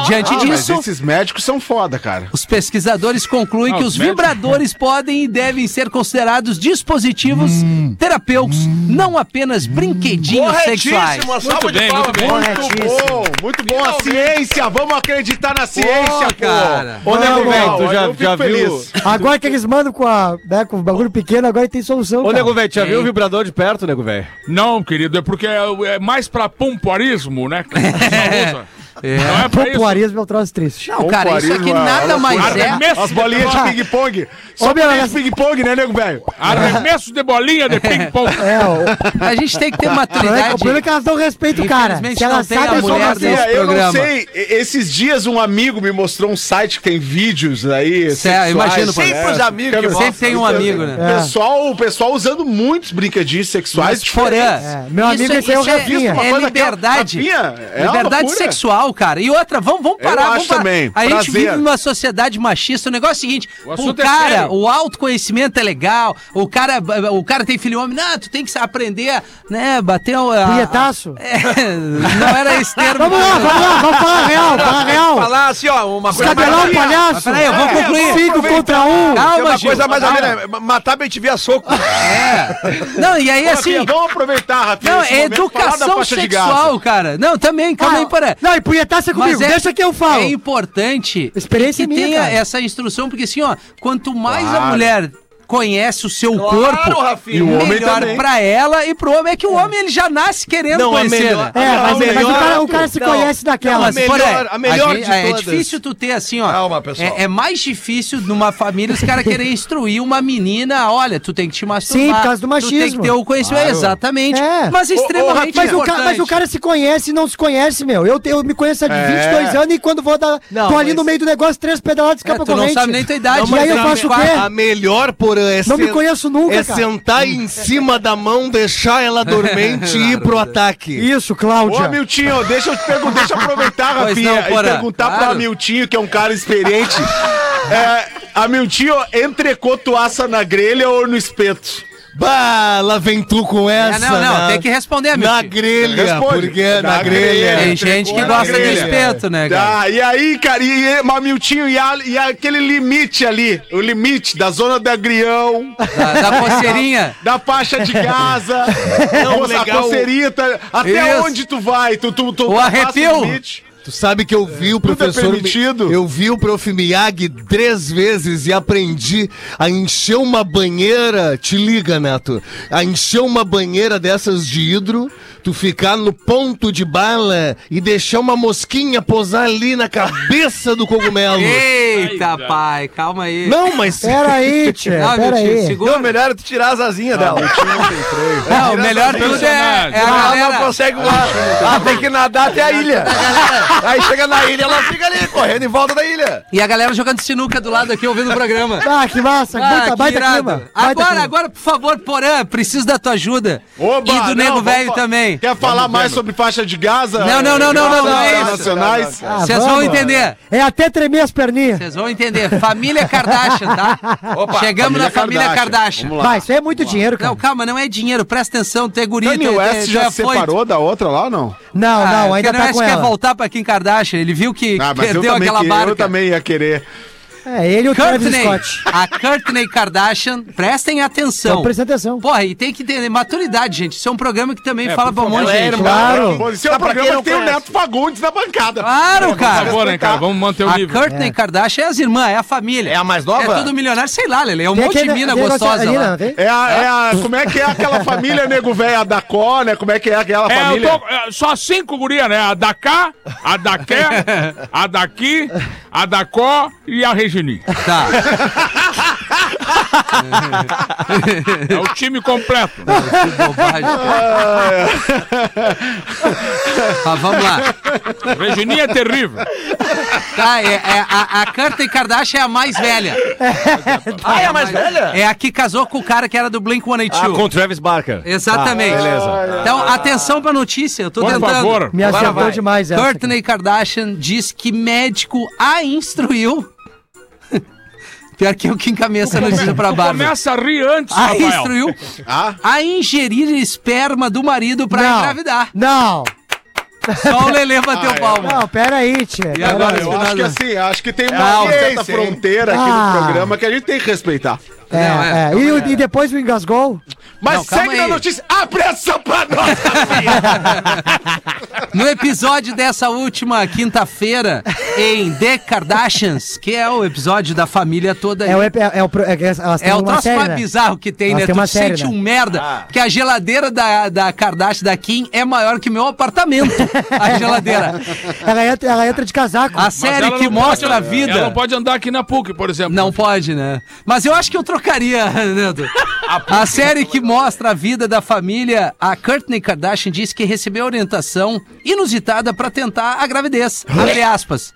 Speaker 4: Diante
Speaker 6: Ah, mas
Speaker 4: disso,
Speaker 6: esses médicos são foda, cara.
Speaker 4: os pesquisadores concluem que
Speaker 3: os
Speaker 4: os vibradores podem e devem ser considerados dispositivos terapêuticos, não apenas brinquedinhos sexuais.
Speaker 7: Corretíssimo, uma salva
Speaker 3: Muito
Speaker 7: de
Speaker 3: bem,
Speaker 7: palmas.
Speaker 3: muito bem.
Speaker 6: Muito bom, muito bom a ciência. Vamos acreditar na ciência,
Speaker 4: Boa,
Speaker 6: pô.
Speaker 4: cara.
Speaker 6: Ô, Nego
Speaker 5: Vamos.
Speaker 6: Velho, tu
Speaker 8: Olha,
Speaker 6: já,
Speaker 8: eu fico
Speaker 6: já viu?
Speaker 8: feliz.
Speaker 5: Agora que eles mandam com, a, né, com o bagulho pequeno, agora tem solução.
Speaker 8: Ô,
Speaker 5: cara.
Speaker 8: nego é velho, já viu o vibrador de perto, nego velho?
Speaker 3: Não, querido, é porque é, é mais pra pompoarismo, né? cara? Não é pra isso.
Speaker 5: Popularismo é um troço triste.
Speaker 4: Não, cara, isso aqui nada mais
Speaker 3: Nada
Speaker 4: é.
Speaker 3: mesmo.
Speaker 6: As bolinhas de
Speaker 8: Ah.
Speaker 6: ping-pong. Só
Speaker 5: Ô, meu,
Speaker 6: bolinha de
Speaker 5: essa-
Speaker 6: ping-pong, né, Nego Velho?
Speaker 3: [LAUGHS] Arremesso de bolinha de ping-pong.
Speaker 5: É, o,
Speaker 4: A gente tem que ter
Speaker 5: o problema é-
Speaker 4: maturidade.
Speaker 5: o problema é que elas não respeitam o cara.
Speaker 4: Infelizmente
Speaker 5: Se elas
Speaker 4: não tem
Speaker 5: sabem
Speaker 4: a
Speaker 5: eu sou
Speaker 4: mulher
Speaker 5: uma-
Speaker 4: desse-
Speaker 6: eu
Speaker 4: programa.
Speaker 6: não sei. e- Esses dias um amigo me mostrou um site que tem vídeos aí. sexuais.
Speaker 4: é, imagino, pô.
Speaker 7: Sempre os amigos que
Speaker 6: Sempre
Speaker 7: mostram.
Speaker 4: Sempre tem um amigo, né?
Speaker 5: É.
Speaker 6: Pessoal, o pessoal usando muitos brinquedinhos sexuais.
Speaker 4: Mas, Porã,
Speaker 5: É, meu amigo, esse aí é o Rafinha.
Speaker 4: Tipo, É,
Speaker 6: Uma coisa que eu-
Speaker 4: liberdade.
Speaker 6: Rafinha, é uma
Speaker 4: liberdade
Speaker 6: loucura.
Speaker 4: sexual, legal, cara. E outra, vamos, vamos parar.
Speaker 6: acho
Speaker 4: vamos parar.
Speaker 6: também.
Speaker 4: A gente
Speaker 6: Prazer.
Speaker 4: vive numa sociedade machista. O negócio é o seguinte:
Speaker 3: O
Speaker 4: o
Speaker 3: assunto é
Speaker 4: cara,
Speaker 3: sério.
Speaker 4: o autoconhecimento é legal, o cara, o cara tem filho homem. Não, tu tem que aprender a né, bater o. a-
Speaker 5: Punhetaço?
Speaker 4: É, não era esse termo.
Speaker 5: Vamos lá, vamos lá, vamos falar real, falar real.
Speaker 7: Falar assim, ó, uma coisa.
Speaker 5: Descabelar o palhaço.
Speaker 4: Mas peraí, eu vou
Speaker 5: É,
Speaker 4: concluir.
Speaker 5: Cinco contra um.
Speaker 7: Tem
Speaker 4: Calma,
Speaker 7: uma
Speaker 4: Gil.
Speaker 7: coisa mais ou
Speaker 4: calma.
Speaker 7: menos. é Matar bem te ver a soco.
Speaker 4: É. Não, e aí assim.
Speaker 6: Vamos aproveitar, Rafinha.
Speaker 4: Não,
Speaker 6: esse
Speaker 4: é
Speaker 6: momento, falar da
Speaker 4: educação
Speaker 6: faixa de Gaza.
Speaker 4: sexual, cara. Não, também, calma aí, para.
Speaker 5: Ah, Não, e punhetaço é comigo,
Speaker 4: é-
Speaker 5: deixa que eu
Speaker 4: É
Speaker 5: falo.
Speaker 4: importante
Speaker 5: Experiência é
Speaker 4: que
Speaker 5: minha,
Speaker 4: tenha
Speaker 5: cara.
Speaker 4: essa instrução, porque assim, ó, quanto mais a mulher conhece o seu corpo,
Speaker 7: Rafinha.
Speaker 4: melhor pra ela e pro homem. É que o homem ele já nasce querendo
Speaker 8: Não, a
Speaker 4: conhecer.
Speaker 8: melhor-
Speaker 4: né?
Speaker 5: É, mas, mas o, cara, o cara se
Speaker 8: Não,
Speaker 5: conhece
Speaker 4: Não,
Speaker 5: daquela.
Speaker 4: mas,
Speaker 8: melhor-
Speaker 4: porém,
Speaker 8: a melhor
Speaker 4: gente-
Speaker 8: de
Speaker 4: é,
Speaker 8: todas.
Speaker 4: difícil tu ter assim, ó.
Speaker 7: Calma, pessoal.
Speaker 4: É, é mais difícil numa família os caras querem instruir uma menina, olha, tu tem que te masturbar.
Speaker 5: Sim, por causa do
Speaker 4: Tu tem que
Speaker 5: machismo.
Speaker 4: ter o conhecimento. Exatamente.
Speaker 5: É.
Speaker 4: Mas é extremamente
Speaker 5: mas, o
Speaker 4: importante.
Speaker 5: cara, mas o cara se conhece e não se conhece, meu. Eu, eu me conheço há de
Speaker 4: É.
Speaker 5: 22 anos e quando vou dar.
Speaker 8: Não,
Speaker 5: tô ali
Speaker 8: mas-
Speaker 5: no meio do negócio, três pedaladas
Speaker 4: É,
Speaker 5: escapa
Speaker 4: tu não
Speaker 5: corrente.
Speaker 4: sabe nem tua idade.
Speaker 5: Não, mas
Speaker 4: aí
Speaker 5: eu faço o quê?
Speaker 9: A melhor, Porã, é
Speaker 5: Não me
Speaker 9: sen-
Speaker 5: conheço nunca,
Speaker 9: É
Speaker 5: cara.
Speaker 9: sentar em cima da mão, deixar ela dormente e ir
Speaker 7: [LAUGHS]
Speaker 9: pro ataque.
Speaker 5: Isso,
Speaker 6: Ô,
Speaker 5: Cláudia.
Speaker 6: Miltinho, deixa eu te perguntar, deixa eu aproveitar,
Speaker 4: [LAUGHS] Pois
Speaker 6: Rafinha,
Speaker 4: não,
Speaker 6: e
Speaker 4: Porã,
Speaker 6: perguntar
Speaker 4: claro.
Speaker 6: pro Amiltinho, que é um cara
Speaker 4: [LAUGHS]
Speaker 6: experiente. é, Amiltinho, entrecou tu assa na grelha ou no espeto?
Speaker 9: Bah, lá vem tu com essa.
Speaker 4: É, não, não,
Speaker 9: né?
Speaker 4: tem que responder, meu
Speaker 9: Na
Speaker 4: filho.
Speaker 9: grelha,
Speaker 6: Responde.
Speaker 7: É
Speaker 9: porque na,
Speaker 6: Na
Speaker 9: grelha.
Speaker 6: grelha.
Speaker 4: Tem gente que
Speaker 6: Entrecou
Speaker 4: gosta
Speaker 6: na
Speaker 4: de
Speaker 6: grelha.
Speaker 4: espeto, né, cara?
Speaker 6: Tá, e aí, cara, e, e- mas Miltinho, e, a- e aquele limite ali, o limite da zona do agrião,
Speaker 4: Da, da
Speaker 6: [LAUGHS]
Speaker 4: coceirinha.
Speaker 6: da faixa de
Speaker 7: [LAUGHS]
Speaker 6: Gaza, não, a
Speaker 9: legal.
Speaker 6: coceirita, até
Speaker 4: Isso.
Speaker 6: onde tu vai? Tu, tu, tu
Speaker 4: O
Speaker 6: passa
Speaker 4: arrepio.
Speaker 6: limite?
Speaker 9: Tu sabe que eu vi o
Speaker 6: Tudo é
Speaker 9: professor. Mi-
Speaker 6: permitido.
Speaker 9: eu vi o prof Miyagi três vezes e aprendi a encher uma banheira. Te liga, Neto. A encher uma banheira dessas de hidro, tu ficar no ponto de bala e deixar uma mosquinha posar ali na cabeça do cogumelo.
Speaker 4: [LAUGHS] Eita, pai, calma aí.
Speaker 9: Não, mas.
Speaker 5: Pera
Speaker 4: [LAUGHS]
Speaker 5: aí, tchê.
Speaker 4: Não, meu
Speaker 5: Pera
Speaker 4: tio,
Speaker 5: aí.
Speaker 4: segura.
Speaker 7: melhor é tu tirar as asinhas dela.
Speaker 4: Não, o melhor tudo é, é a
Speaker 7: Ela não
Speaker 4: galera.
Speaker 7: consegue voar. Ela tem que nadar até a ilha. Aí chega na ilha, ela fica ali, correndo em volta da ilha.
Speaker 4: E a galera jogando sinuca do lado aqui ouvindo o programa.
Speaker 5: Ah, que massa.
Speaker 4: Ah,
Speaker 5: baita,
Speaker 4: que
Speaker 5: baita
Speaker 4: irado.
Speaker 5: clima. Baita
Speaker 4: Agora,
Speaker 5: clima.
Speaker 4: agora, por favor, Porã, preciso da tua ajuda.
Speaker 6: Oba,
Speaker 4: e do
Speaker 6: não,
Speaker 4: Nego
Speaker 6: vamos
Speaker 4: Velho
Speaker 6: fa-
Speaker 4: também.
Speaker 6: Quer falar mais sobre faixa de Gaza?
Speaker 4: Não, não, não, não, não, não é isso.
Speaker 6: Nacionais?
Speaker 5: Ah,
Speaker 4: Vocês
Speaker 5: vamos.
Speaker 4: vão entender.
Speaker 5: É até tremer as perninhas.
Speaker 4: Vocês vão entender. Família Kardashian, tá? Chegamos na família Kardashian.
Speaker 5: Vai, isso aí é muito dinheiro, cara.
Speaker 4: Não, calma, não é dinheiro, presta atenção, tem guria.
Speaker 6: Kanye
Speaker 4: tem-
Speaker 6: West
Speaker 4: tem-
Speaker 6: já
Speaker 4: tem-
Speaker 6: se
Speaker 4: foi-
Speaker 6: separou da outra lá ou não?
Speaker 5: Não,
Speaker 4: Ah,
Speaker 5: não, ainda
Speaker 4: Kanye
Speaker 5: tá
Speaker 4: West
Speaker 5: com
Speaker 4: quer
Speaker 5: ela.
Speaker 4: voltar pra Kim Kardashian, ele viu que
Speaker 6: Ah, mas eu
Speaker 4: perdeu
Speaker 6: também,
Speaker 4: aquela
Speaker 6: que,
Speaker 4: barca.
Speaker 6: eu também ia querer.
Speaker 5: É, ele e o Travis
Speaker 4: Courtney,
Speaker 5: Scott.
Speaker 4: a Courtney Kardashian, prestem atenção.
Speaker 5: Então presta atenção.
Speaker 4: Porra, e tem que ter maturidade, gente. Isso é um programa que também
Speaker 3: É,
Speaker 4: fala
Speaker 3: por
Speaker 4: pra um monte de
Speaker 7: favor. Ela é
Speaker 4: gente.
Speaker 7: irmã.
Speaker 5: Claro.
Speaker 6: Pô, Esse é o programa que tem o Neto Fagundes na bancada.
Speaker 4: Claro,
Speaker 3: Por
Speaker 4: cara.
Speaker 3: favor, né, cara? Vamos manter o
Speaker 4: A
Speaker 3: nível.
Speaker 4: Courtney Kardashian é as irmãs, é a família.
Speaker 7: É a mais nova?
Speaker 4: É tudo milionário, sei lá, Lele. É um
Speaker 5: Tem
Speaker 4: monte de
Speaker 5: aquele-
Speaker 4: mina
Speaker 5: aquele negócio
Speaker 4: gostosa
Speaker 5: ali, né?
Speaker 4: lá.
Speaker 5: não tem?
Speaker 6: É a, é a- como é que é aquela família nego velho, a da Có, né? Como é que é aquela
Speaker 3: É, eu
Speaker 6: família?
Speaker 3: tô, é, só cinco gurias, né? A da cá, a da Ké, a daqui, a da Có e a Regininha.
Speaker 4: Tá.
Speaker 3: É o time completo.
Speaker 4: Que
Speaker 6: [LAUGHS]
Speaker 4: bobagem. Tá, vamos lá.
Speaker 3: Regininha é terrível.
Speaker 4: Tá, é, é- a, a Courtney Kardashian é a mais velha.
Speaker 7: Ah, é a mais velha?
Speaker 4: É a que casou com o cara que era do
Speaker 8: Ah, com
Speaker 4: Blink-182.
Speaker 8: o Travis Barker. Ah,
Speaker 4: Exatamente.
Speaker 8: beleza.
Speaker 4: Então, atenção pra notícia. Eu tô
Speaker 3: Por
Speaker 4: tentando.
Speaker 3: favor.
Speaker 5: Me
Speaker 4: Agora
Speaker 5: acertou
Speaker 4: vai.
Speaker 5: demais essa. cara.
Speaker 4: Courtney Kardashian diz que médico a instruiu. [LAUGHS] Pior que eu que encaminhei essa notícia pra Bárbara.
Speaker 3: Começa a rir antes,
Speaker 4: A
Speaker 3: Rafael.
Speaker 4: instruiu a ingerir esperma do marido pra
Speaker 5: Não.
Speaker 4: engravidar.
Speaker 5: Não,
Speaker 4: Só o Lelê bateu palma.
Speaker 5: não, pera aí, tia.
Speaker 4: E agora,
Speaker 6: Eu acho que assim, acho que tem uma
Speaker 4: Calma.
Speaker 6: certa fronteira aqui
Speaker 5: Ah.
Speaker 6: no programa que a gente tem que respeitar.
Speaker 5: É,
Speaker 4: Não, é,
Speaker 5: é. E, o- e depois o engasgou?
Speaker 6: Mas
Speaker 4: Não, calma
Speaker 6: segue na
Speaker 4: aí.
Speaker 6: notícia. Abre essa pra nós!
Speaker 4: No episódio dessa última quinta-feira, em The Kardashians, que é o episódio da família toda aí.
Speaker 5: É o. É, é, o pro- é, que elas têm
Speaker 4: É o
Speaker 5: uma
Speaker 4: troço
Speaker 5: série,
Speaker 4: mais
Speaker 5: né?
Speaker 4: bizarro que tem,
Speaker 5: Elas
Speaker 4: né?
Speaker 5: têm
Speaker 4: tu
Speaker 5: uma
Speaker 4: te
Speaker 5: série,
Speaker 4: sente
Speaker 5: né?
Speaker 4: um merda,
Speaker 3: Ah.
Speaker 4: porque a geladeira da, da Kardashian, da Kim, é maior que o meu apartamento, a geladeira.
Speaker 5: Ela entra, ela entra de casaco.
Speaker 4: A
Speaker 3: Mas
Speaker 4: série
Speaker 3: ela
Speaker 4: que
Speaker 3: não
Speaker 4: mostra
Speaker 3: pode-
Speaker 4: a vida.
Speaker 3: Ela não pode andar aqui na PUC, por exemplo.
Speaker 4: Não pode, né? Mas eu acho que eu trocaria, [LAUGHS] Nando. A série
Speaker 3: tá
Speaker 4: que mostra a vida da família, a Kourtney Kardashian disse que recebeu orientação inusitada para tentar a gravidez. Abre aspas.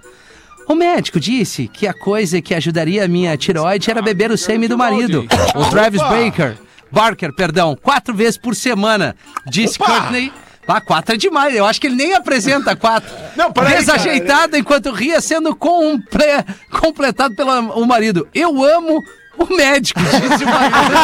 Speaker 4: O médico disse que a coisa que ajudaria a minha tiroide era beber o sêmen do marido, o Travis Baker. Barker, perdão, quatro vezes por semana, disse Courtney. Ah, quatro é demais. Eu acho que ele nem apresenta quatro.
Speaker 6: Não, para aí,
Speaker 4: Desajeitado enquanto ria, sendo comple- completado pelo o marido. Eu amo o médico, disse o marido.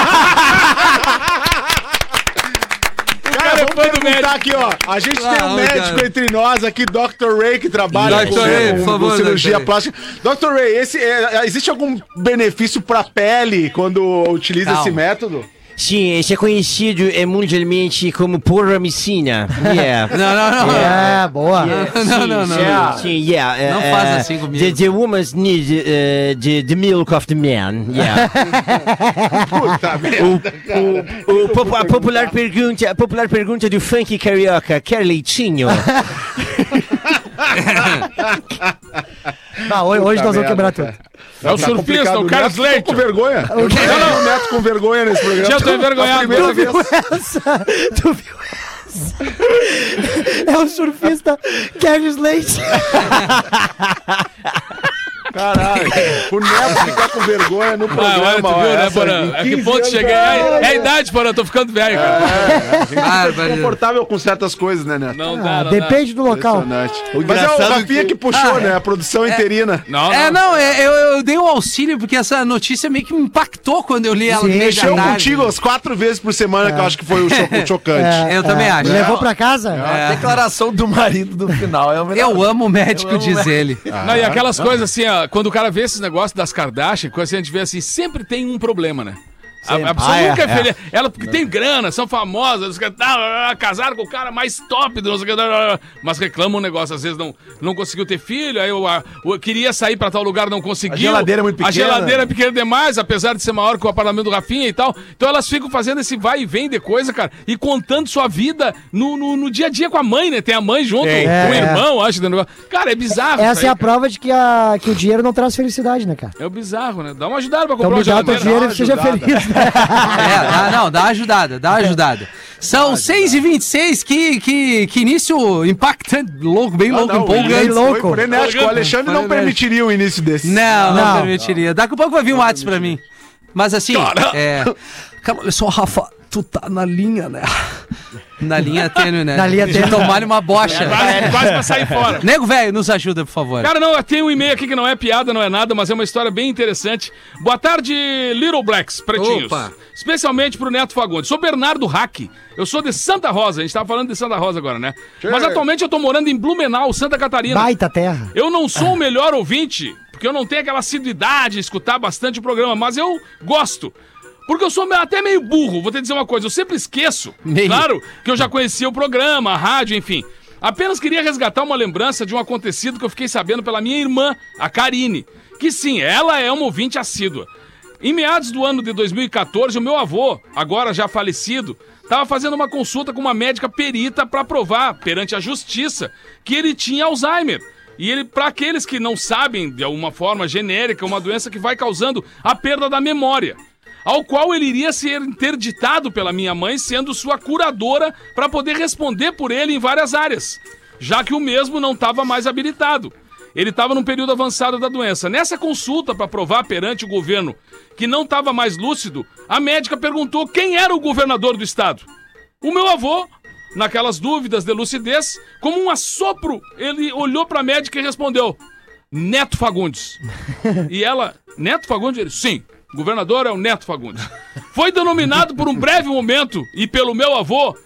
Speaker 6: Cara, vamos
Speaker 3: fã do
Speaker 6: perguntar aqui, ó. A gente tem um
Speaker 4: Não,
Speaker 6: médico
Speaker 4: cara.
Speaker 6: entre nós aqui, Dr. Ray, que trabalha
Speaker 4: Dr. Ray, por favor,
Speaker 6: cirurgia
Speaker 4: Dr. Ray.
Speaker 6: plástica. Dr. Ray, esse, é, existe algum benefício pra pele quando utiliza
Speaker 4: Calma.
Speaker 6: esse método?
Speaker 10: Sim, esse é conhecido eh, mundialmente como porramicina.
Speaker 4: [LAUGHS]
Speaker 10: Yeah.
Speaker 4: Não, não, não.
Speaker 5: É, boa.
Speaker 10: Yeah,
Speaker 4: Não,
Speaker 10: sim,
Speaker 4: não, Ah, não,
Speaker 10: sim,
Speaker 4: não.
Speaker 8: é.
Speaker 10: sim, yeah, eh,
Speaker 4: Não faz
Speaker 10: eh,
Speaker 4: assim comigo.
Speaker 10: The, the woman's need eh, the, the milk of the man. Yeah.
Speaker 6: [LAUGHS] Puta merda.
Speaker 10: O- o- o popu- a, popular pergunta, a popular pergunta do funk carioca, quer
Speaker 7: [LAUGHS]
Speaker 10: leitinho?
Speaker 5: Tá, hoje, hoje nós vamos
Speaker 6: merda,
Speaker 5: quebrar tudo.
Speaker 3: É o surfista, o Carlos
Speaker 6: Tá Neto ficou
Speaker 3: Leite.
Speaker 6: com vergonha. Eu já vi o Neto com vergonha nesse programa.
Speaker 3: Já tô envergonhado.
Speaker 6: A primeira vez.
Speaker 5: Tu viu essa? É o surfista Carlos Leite.
Speaker 4: [LAUGHS]
Speaker 6: Caralho. O Neto ficar com vergonha no
Speaker 3: Ah, olha,
Speaker 6: programa.
Speaker 3: tu
Speaker 6: olha
Speaker 3: viu, né,
Speaker 6: essa,
Speaker 3: Porã?
Speaker 6: em
Speaker 3: A que
Speaker 6: 15
Speaker 3: ponto
Speaker 6: anos,
Speaker 3: cheguei?
Speaker 6: cara.
Speaker 3: É, é a idade, Porã, eu tô ficando velho, cara.
Speaker 4: Bárbaro.
Speaker 6: Confortável com certas coisas, né, Neto?
Speaker 3: Não
Speaker 5: Ah,
Speaker 3: dá, não dá.
Speaker 5: depende do local.
Speaker 6: Impressionante. Mas é o
Speaker 7: engraçado
Speaker 6: Rafinha
Speaker 7: que-
Speaker 6: que,
Speaker 7: é.
Speaker 6: puxou,
Speaker 4: Ah,
Speaker 6: né? A produção interina.
Speaker 3: Não,
Speaker 4: É,
Speaker 3: não.
Speaker 4: não, é, eu, eu dei um auxílio porque essa notícia meio que me impactou quando eu li ela.
Speaker 5: Sim,
Speaker 4: no meio da
Speaker 6: Mexeu
Speaker 4: tarde.
Speaker 6: contigo as quatro vezes por semana,
Speaker 7: É.
Speaker 6: que eu acho que foi o, cho- o chocante.
Speaker 4: Eu também acho.
Speaker 5: É, Levou pra casa?
Speaker 4: É.
Speaker 7: A declaração do marido do final é o melhor.
Speaker 4: Eu amo o médico, diz ele.
Speaker 7: Ah,
Speaker 3: Não, e aquelas coisas assim, ó, quando o cara vê esses negócios das Kardashian, coisa assim, a gente vê assim, sempre tem um problema, né? A, a pessoa
Speaker 7: Ah, é,
Speaker 3: nunca é,
Speaker 7: é.
Speaker 3: feliz. Ela porque tem grana, são famosas, os caras, tá, lá, lá, casaram com o cara mais top, do, não sei o que, tá, lá, lá, lá, mas reclamam um negócio, às vezes não, não conseguiu ter filho, aí eu, a- eu queria sair pra tal lugar, não conseguiu.
Speaker 7: A geladeira é muito
Speaker 3: A
Speaker 7: pequena.
Speaker 3: geladeira é pequena demais, apesar de ser maior que o apartamento do Rafinha e tal. Então elas ficam fazendo esse vai e vem de coisa, cara, e contando sua vida no, no, no dia a dia com a mãe, né? Tem a mãe junto, com o
Speaker 5: É.
Speaker 3: irmão, acho, do negócio. Cara, é bizarro. isso
Speaker 5: Essa é
Speaker 3: aí,
Speaker 5: a prova de que, a, que o dinheiro não traz felicidade, né, cara?
Speaker 3: é o bizarro, né? Dá uma ajudada pra
Speaker 5: Então
Speaker 3: comprar
Speaker 5: me
Speaker 3: uma
Speaker 5: dá o teu
Speaker 3: geladeira.
Speaker 5: dinheiro e seja
Speaker 6: ajudada.
Speaker 5: feliz.
Speaker 4: [LAUGHS]
Speaker 5: né?
Speaker 4: É, dá, não, dá uma ajudada, dá uma ajudada. São 6h26, que, que, que início impactante, louco, bem louco,
Speaker 6: Ah, não,
Speaker 4: empolgante.
Speaker 6: Foi
Speaker 5: louco.
Speaker 6: frenético. O Alexandre não permitiria o início desse.
Speaker 4: Não, não,
Speaker 5: Não.
Speaker 4: permitiria. Daqui a pouco vai vir um WhatsApp pra mim. Mas assim, é. Cara, olha só, Rafa, tu tá na linha, né? Na linha tênue, né?
Speaker 5: Na linha
Speaker 4: De
Speaker 5: tênue. É,
Speaker 4: tomar uma bocha.
Speaker 3: Quase, quase pra sair fora.
Speaker 4: Nego, velho, nos ajuda, por favor.
Speaker 3: Cara, não, tem um e-mail aqui que não é piada, não é nada, mas é uma história bem interessante. Boa tarde, Little Blacks, pretinhos.
Speaker 4: Opa.
Speaker 3: Especialmente pro Neto Fagundes. Sou Bernardo Hack. Eu sou de Santa Rosa. A gente tava falando de Santa Rosa agora, né? Mas atualmente eu tô morando em Blumenau, Santa Catarina.
Speaker 5: Baita terra.
Speaker 3: Eu não sou o melhor ouvinte, porque eu não tenho aquela assiduidade de escutar bastante o programa, mas eu gosto. Porque eu sou me- até meio burro, vou te dizer uma coisa, eu sempre esqueço,
Speaker 4: Meio.
Speaker 3: claro, que eu já conhecia o programa, a rádio, enfim. Apenas queria resgatar uma lembrança de um acontecido que eu fiquei sabendo pela minha irmã, a Karine, que sim, ela é uma ouvinte assídua. Em meados do ano de 2014, o meu avô, agora já falecido, estava fazendo uma consulta com uma médica perita para provar, perante a justiça, que ele tinha Alzheimer. E ele, para aqueles que não sabem, de alguma forma genérica, uma doença que vai causando a perda da memória, ao qual ele iria ser interditado pela minha mãe, sendo sua curadora, para poder responder por ele em várias áreas, já que o mesmo não estava mais habilitado. Ele estava num período avançado da doença. Nessa consulta para provar perante o governo que não estava mais lúcido, a médica perguntou quem era o governador do estado. O meu avô, naquelas dúvidas de lucidez, como um assopro, ele olhou pra médica e respondeu: Neto Fagundes. E ela, Neto Fagundes? Ele, sim, o governador é o Neto Fagundes. Foi denominado por um breve momento e pelo meu avô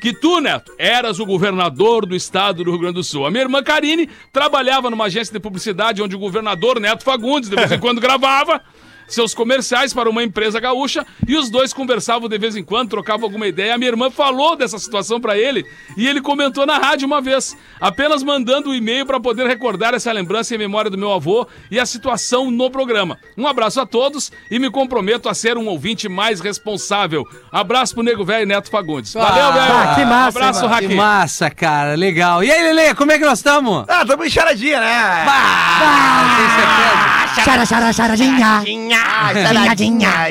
Speaker 3: que tu, Neto, eras o governador do estado do Rio Grande do Sul. A minha irmã Karine trabalhava numa agência de publicidade onde o governador Neto Fagundes, de vez em quando, gravava seus comerciais para uma empresa gaúcha e os dois conversavam de vez em quando, trocavam alguma ideia. A minha irmã falou dessa situação pra ele e ele comentou na rádio uma vez, apenas mandando o e-mail pra poder recordar essa lembrança em memória do meu avô e a situação no programa. Um abraço a todos e me comprometo a ser um ouvinte mais responsável. Abraço pro nego velho Neto Fagundes. Valeu,
Speaker 4: Ah,
Speaker 3: velho.
Speaker 5: que massa,
Speaker 3: Abraço,
Speaker 5: mano,
Speaker 3: Raquel.
Speaker 4: Que massa, cara, legal. E aí, Lele, como é que nós estamos?
Speaker 7: Ah, tamo em charadinha, né?
Speaker 4: Ah, tem certeza?
Speaker 5: Chara, chara, charadinha.
Speaker 7: Charadinha.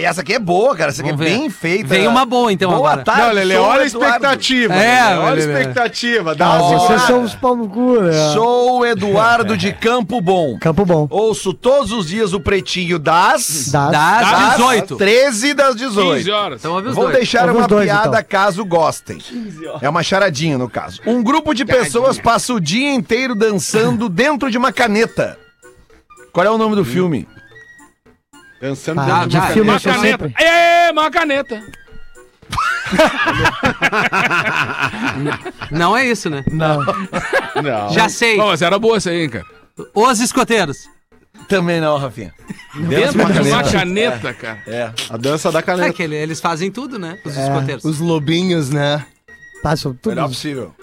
Speaker 7: Essa aqui é boa, cara. Essa aqui é bem feita.
Speaker 4: Vem uma boa, então,
Speaker 7: Boa
Speaker 4: agora.
Speaker 7: tarde,
Speaker 6: Não, Lele,
Speaker 7: sou
Speaker 6: olha a
Speaker 7: Tá Eduardo.
Speaker 6: expectativa.
Speaker 4: É,
Speaker 6: Lelê, olha a
Speaker 4: Lelê.
Speaker 6: expectativa. Dá
Speaker 5: Ah,
Speaker 6: uma
Speaker 5: vocês
Speaker 6: segurada.
Speaker 5: são os pau no cu, né?
Speaker 7: Sou Eduardo de Campo Bom.
Speaker 5: Campo bom.
Speaker 7: Ouço todos os dias o Pretinho das...
Speaker 5: Das.
Speaker 4: Das
Speaker 7: das
Speaker 4: 18.
Speaker 7: 13 das 18.
Speaker 3: 15 horas.
Speaker 4: Então, ouve os
Speaker 7: Vou
Speaker 4: dois.
Speaker 7: deixar
Speaker 5: Ouve
Speaker 7: uma
Speaker 5: os dois,
Speaker 7: piada
Speaker 5: então.
Speaker 7: caso gostem. É uma charadinha, no caso. Um grupo de pessoas passa o dia inteiro dançando
Speaker 5: [LAUGHS]
Speaker 7: dentro de uma caneta. Qual é o nome do filme?
Speaker 6: Hum. Dançando
Speaker 5: Ah,
Speaker 6: dentro de
Speaker 5: já,
Speaker 6: um
Speaker 5: filme
Speaker 3: Uma
Speaker 5: eu sou
Speaker 3: caneta.
Speaker 5: sempre.
Speaker 3: É, uma caneta.
Speaker 4: Não é isso, né?
Speaker 5: Ah.
Speaker 6: caneta. Não.
Speaker 4: Já sei.
Speaker 3: Não, mas era boa essa aí, hein, cara.
Speaker 4: Os escoteiros.
Speaker 7: Também não, Rafinha.
Speaker 3: Dentro
Speaker 7: é
Speaker 3: de uma caneta, cara.
Speaker 6: A dança da
Speaker 4: É
Speaker 6: caneta.
Speaker 4: que ele- eles fazem tudo, né? Os escoteiros.
Speaker 9: Os lobinhos, né?
Speaker 5: Passam Tá, tudo.
Speaker 7: Melhor é possível.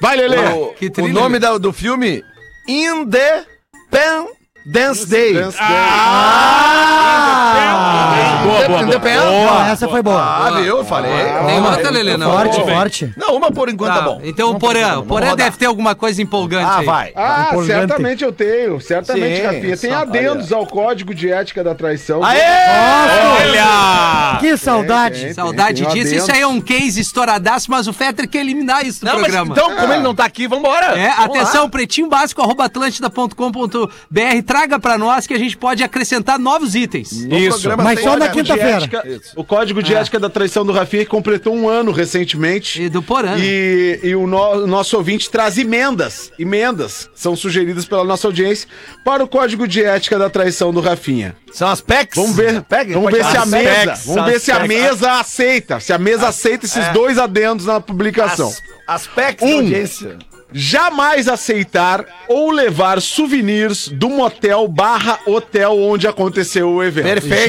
Speaker 6: Vai, Lelê.
Speaker 7: O,
Speaker 4: que
Speaker 7: o
Speaker 4: trilha,
Speaker 7: nome da- do filme? In the Pen Dance Day. Ah!
Speaker 6: Dance
Speaker 3: Boa, boa,
Speaker 7: In
Speaker 3: boa.
Speaker 7: the Pen.
Speaker 5: Ah, essa foi boa.
Speaker 7: Ah, viu? Falei.
Speaker 4: Tem uma
Speaker 8: é
Speaker 4: outra, Lelê, não?
Speaker 5: Forte,
Speaker 3: Boa,
Speaker 5: forte.
Speaker 7: Não, uma por enquanto
Speaker 4: Tá,
Speaker 7: tá, bom.
Speaker 4: Então o
Speaker 7: Uma por
Speaker 4: Porã.
Speaker 7: enquanto,
Speaker 4: O
Speaker 7: vamos
Speaker 4: Porã
Speaker 7: rodar.
Speaker 4: deve ter alguma coisa empolgante
Speaker 7: Ah,
Speaker 4: aí.
Speaker 7: vai.
Speaker 6: Ah,
Speaker 5: Empolgante.
Speaker 6: certamente eu tenho, certamente,
Speaker 7: Sim,
Speaker 6: Rafinha. Tem
Speaker 7: só-
Speaker 6: adendos ao Código de Ética da Traição. Ah,
Speaker 8: Olha!
Speaker 5: Que saudade.
Speaker 4: Saudade disso. Isso aí é um case estouradaço, mas o Fetter quer eliminar isso do
Speaker 7: Não, mas
Speaker 4: programa.
Speaker 7: então, como ele não tá aqui, vambora.
Speaker 4: É,
Speaker 7: Vamos
Speaker 4: atenção,
Speaker 7: lá.
Speaker 4: pretinho básico, arroba atlântida.com.br, traga pra nós que a gente pode acrescentar novos itens.
Speaker 7: No
Speaker 8: Isso.
Speaker 7: programa
Speaker 5: Mas
Speaker 7: tem
Speaker 5: só na
Speaker 7: horário de
Speaker 5: quinta-feira.
Speaker 7: ética.
Speaker 6: O Código
Speaker 7: Ah.
Speaker 6: de Ética da Traição do Rafinha que completou um ano recentemente.
Speaker 4: E do Porã.
Speaker 6: E, e o no- nosso ouvinte traz emendas. Emendas são sugeridas pela nossa audiência para o Código de Ética da Traição do Rafinha.
Speaker 7: São as PECs.
Speaker 6: Vamos ver,
Speaker 7: Pega,
Speaker 6: vamos
Speaker 7: pode
Speaker 6: ver se
Speaker 7: dar.
Speaker 6: a
Speaker 7: As
Speaker 6: mesa,
Speaker 7: PECs,
Speaker 6: vamos
Speaker 7: as
Speaker 6: ver se a
Speaker 7: PECs,
Speaker 6: mesa aceita, se a mesa aceita esses dois adendos na publicação.
Speaker 7: As, as PECs da
Speaker 6: Um.
Speaker 7: audiência.
Speaker 6: Jamais aceitar ou levar souvenirs do motel barra hotel onde aconteceu o evento.
Speaker 7: Perfeito.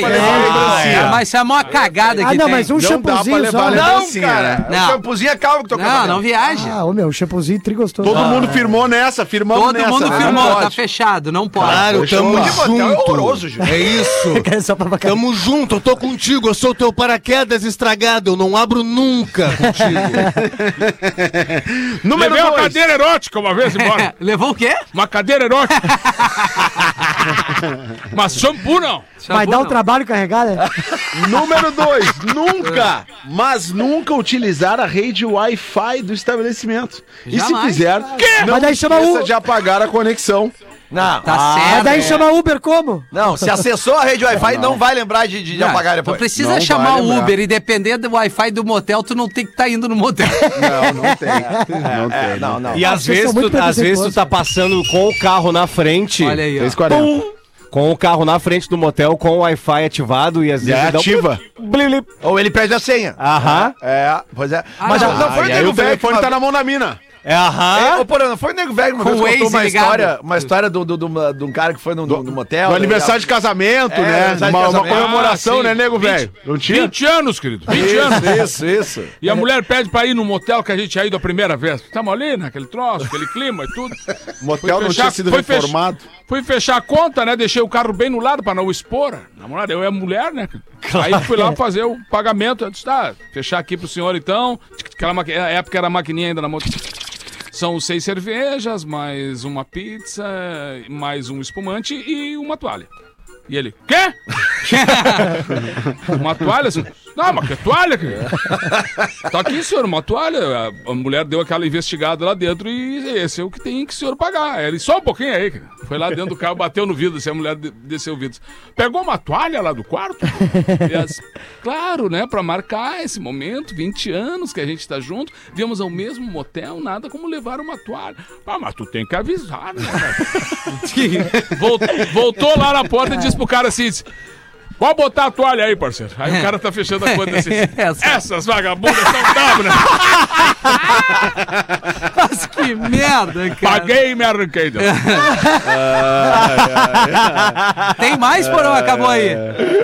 Speaker 7: Vamos fazer
Speaker 4: né?
Speaker 7: uma lembrancinha.
Speaker 4: Jamais, isso é a maior cagada
Speaker 5: Ah,
Speaker 4: que
Speaker 5: não,
Speaker 4: tem.
Speaker 5: mas um
Speaker 6: Não dá pra
Speaker 5: shampoozinho só.
Speaker 6: levar,
Speaker 5: né?
Speaker 6: né?
Speaker 7: Não,
Speaker 6: Lembrancinha,
Speaker 7: cara.
Speaker 4: Não.
Speaker 7: O shampoozinho é calmo que tô
Speaker 4: Não, não viaja.
Speaker 5: Ah, ô meu, shampoozinho tri gostoso.
Speaker 6: Todo mundo firmou nessa, firmamos
Speaker 4: Todo
Speaker 6: nessa.
Speaker 4: mundo
Speaker 6: né?
Speaker 4: firmou,
Speaker 6: Não
Speaker 4: tá
Speaker 6: pode.
Speaker 4: fechado, não pode.
Speaker 9: Claro,
Speaker 6: fechou
Speaker 9: tamo
Speaker 6: lá.
Speaker 7: Motel é horroroso,
Speaker 9: junto.
Speaker 7: gente.
Speaker 9: É isso.
Speaker 5: É só pra bacana.
Speaker 9: Tamo junto, eu tô contigo, eu sou teu paraquedas estragado, eu não abro nunca contigo.
Speaker 6: Número
Speaker 3: Levei uma
Speaker 6: dois.
Speaker 3: cadeira erótica uma vez
Speaker 6: [LAUGHS]
Speaker 4: [LAUGHS]
Speaker 3: embora.
Speaker 4: Levou o quê?
Speaker 3: Uma cadeira erótica. Mas shampoo não.
Speaker 5: Vai
Speaker 4: Shampoo,
Speaker 5: dar o
Speaker 4: não.
Speaker 5: um trabalho carregar,
Speaker 6: [LAUGHS]
Speaker 5: né?
Speaker 6: Número 2. Nunca, mas nunca utilizar a rede Wi-Fi do estabelecimento. E se
Speaker 4: Jamais.
Speaker 6: fizer, não
Speaker 5: Mas daí chama
Speaker 6: esqueça
Speaker 5: o-
Speaker 6: de apagar a conexão.
Speaker 7: Não. Ah,
Speaker 8: Ah,
Speaker 4: Tá certo.
Speaker 5: Mas daí
Speaker 4: é.
Speaker 5: chama Uber como?
Speaker 7: Não, se acessou a rede Wi-Fi, não vai lembrar de, de
Speaker 4: Não,
Speaker 7: apagar
Speaker 4: tu
Speaker 7: depois.
Speaker 4: precisa
Speaker 6: Não
Speaker 4: chamar
Speaker 6: vai
Speaker 4: o
Speaker 6: lembrar.
Speaker 4: Uber e depender do Wi-Fi do motel, tu não tem que estar indo no motel.
Speaker 6: Não, não tem. Não tem.
Speaker 7: É, não, não.
Speaker 8: E às
Speaker 5: vocês são
Speaker 8: vezes,
Speaker 5: muito
Speaker 8: tu, às vezes tu
Speaker 5: preconceituosos.
Speaker 8: tá passando com o carro na frente.
Speaker 4: Olha aí, ó.
Speaker 6: 3,40.
Speaker 8: Com o carro na frente do motel, com o Wi-Fi ativado e às
Speaker 6: E
Speaker 8: vezes.
Speaker 6: aí
Speaker 8: dá um-
Speaker 6: É, ativa.
Speaker 8: Blilip.
Speaker 7: Ou ele perde a senha.
Speaker 8: Aham.
Speaker 7: É, pois é.
Speaker 4: Ah,
Speaker 7: Mas
Speaker 4: não.
Speaker 7: não, foi
Speaker 6: e
Speaker 7: o
Speaker 6: aí
Speaker 7: Nego
Speaker 6: o
Speaker 7: Velho.
Speaker 6: telefone
Speaker 7: que-
Speaker 6: tá na mão da mina.
Speaker 8: É aham.
Speaker 7: É, ô, Porã, não foi o Nego Velho que uma
Speaker 4: Com
Speaker 7: vez
Speaker 4: o
Speaker 7: contou
Speaker 4: Waze
Speaker 7: uma
Speaker 4: ligado.
Speaker 7: história, uma história de do, do, do, uma- de um cara que foi num, num motel.
Speaker 8: tá
Speaker 6: No
Speaker 7: né,
Speaker 6: aniversário de casamento,
Speaker 7: É,
Speaker 6: né?
Speaker 7: aniversário de
Speaker 6: Uma, uma
Speaker 7: casamento.
Speaker 6: comemoração,
Speaker 3: Ah, sim.
Speaker 6: né, nego
Speaker 3: 20,
Speaker 6: velho? Não tinha?
Speaker 3: 20 anos, querido. 20 anos.
Speaker 7: Isso, isso, isso.
Speaker 3: E a mulher pede pra ir no motel que a gente ia ido a primeira vez. Tamo ali naquele troço, aquele clima e tudo.
Speaker 6: O motel não tinha sido
Speaker 3: foi fech-
Speaker 6: reformado.
Speaker 3: Fui fechar a conta, né? Deixei o carro bem no lado pra não expor. a Namorada, eu é mulher, né? Aí fui lá fazer o pagamento. Eu disse, tá, fechar aqui pro senhor então. Aquela maqui... Na época era a maquininha ainda na moto. São seis cervejas, mais uma pizza, mais um espumante e uma toalha. E ele, quê? [LAUGHS] uma toalha? Assim, não, mas que toalha? querido?" Tá aqui, senhor, uma toalha. A, a mulher deu aquela investigada lá dentro e esse é o que tem que o senhor pagar. Aí Ele, só um pouquinho aí, cara. Foi lá dentro do carro, bateu no vidro, assim, a mulher de- desceu o vidro. Pegou uma toalha lá do quarto? E as- claro, né, pra marcar esse momento, 20 anos que a gente tá junto, viemos ao mesmo motel, nada como levar uma toalha. Ah, mas tu tem que avisar, né, cara? Vol- Voltou lá na porta e disse pro cara assim... Pode botar a toalha aí, parceiro. Aí o cara tá fechando a conta assim.
Speaker 4: É Essa.
Speaker 3: Essas vagabundas são cabras.
Speaker 4: Mas que merda, cara.
Speaker 3: Paguei e me arranquei.
Speaker 4: Tem mais, porão? Acabou aí.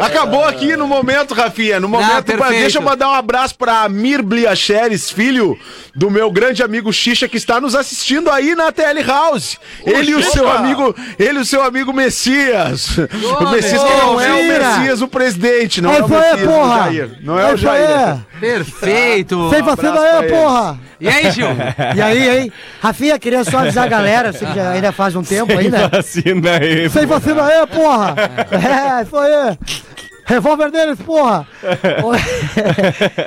Speaker 6: Acabou aqui no momento, Rafinha. No momento, pra-
Speaker 4: perfeito.
Speaker 6: deixa eu mandar um abraço pra Amir Bliacheres, filho do meu grande amigo Xixa, que está nos assistindo aí na TL House. ele e o seu amigo, ele e o seu amigo Messias. o Messias que não é o
Speaker 4: Ô,
Speaker 6: Messias o presidente, não
Speaker 5: Aí
Speaker 6: é o
Speaker 5: foi,
Speaker 6: Messias
Speaker 5: porra.
Speaker 6: o Jair. Não é
Speaker 5: Aí foi,
Speaker 6: o Jair.
Speaker 5: é.
Speaker 4: Perfeito.
Speaker 5: Sem vacina
Speaker 6: abraço pra
Speaker 5: é,
Speaker 6: eles.
Speaker 5: porra!
Speaker 4: E aí, Gil?
Speaker 5: E aí, hein? Rafinha, queria só avisar a galera, eu sei que já ainda faz um tempo aí, né?
Speaker 8: Vacina aí.
Speaker 5: Sem vacina aí,
Speaker 4: [LAUGHS]
Speaker 5: porra! É, foi aí! Revólver deles,
Speaker 4: [LAUGHS]
Speaker 5: porra!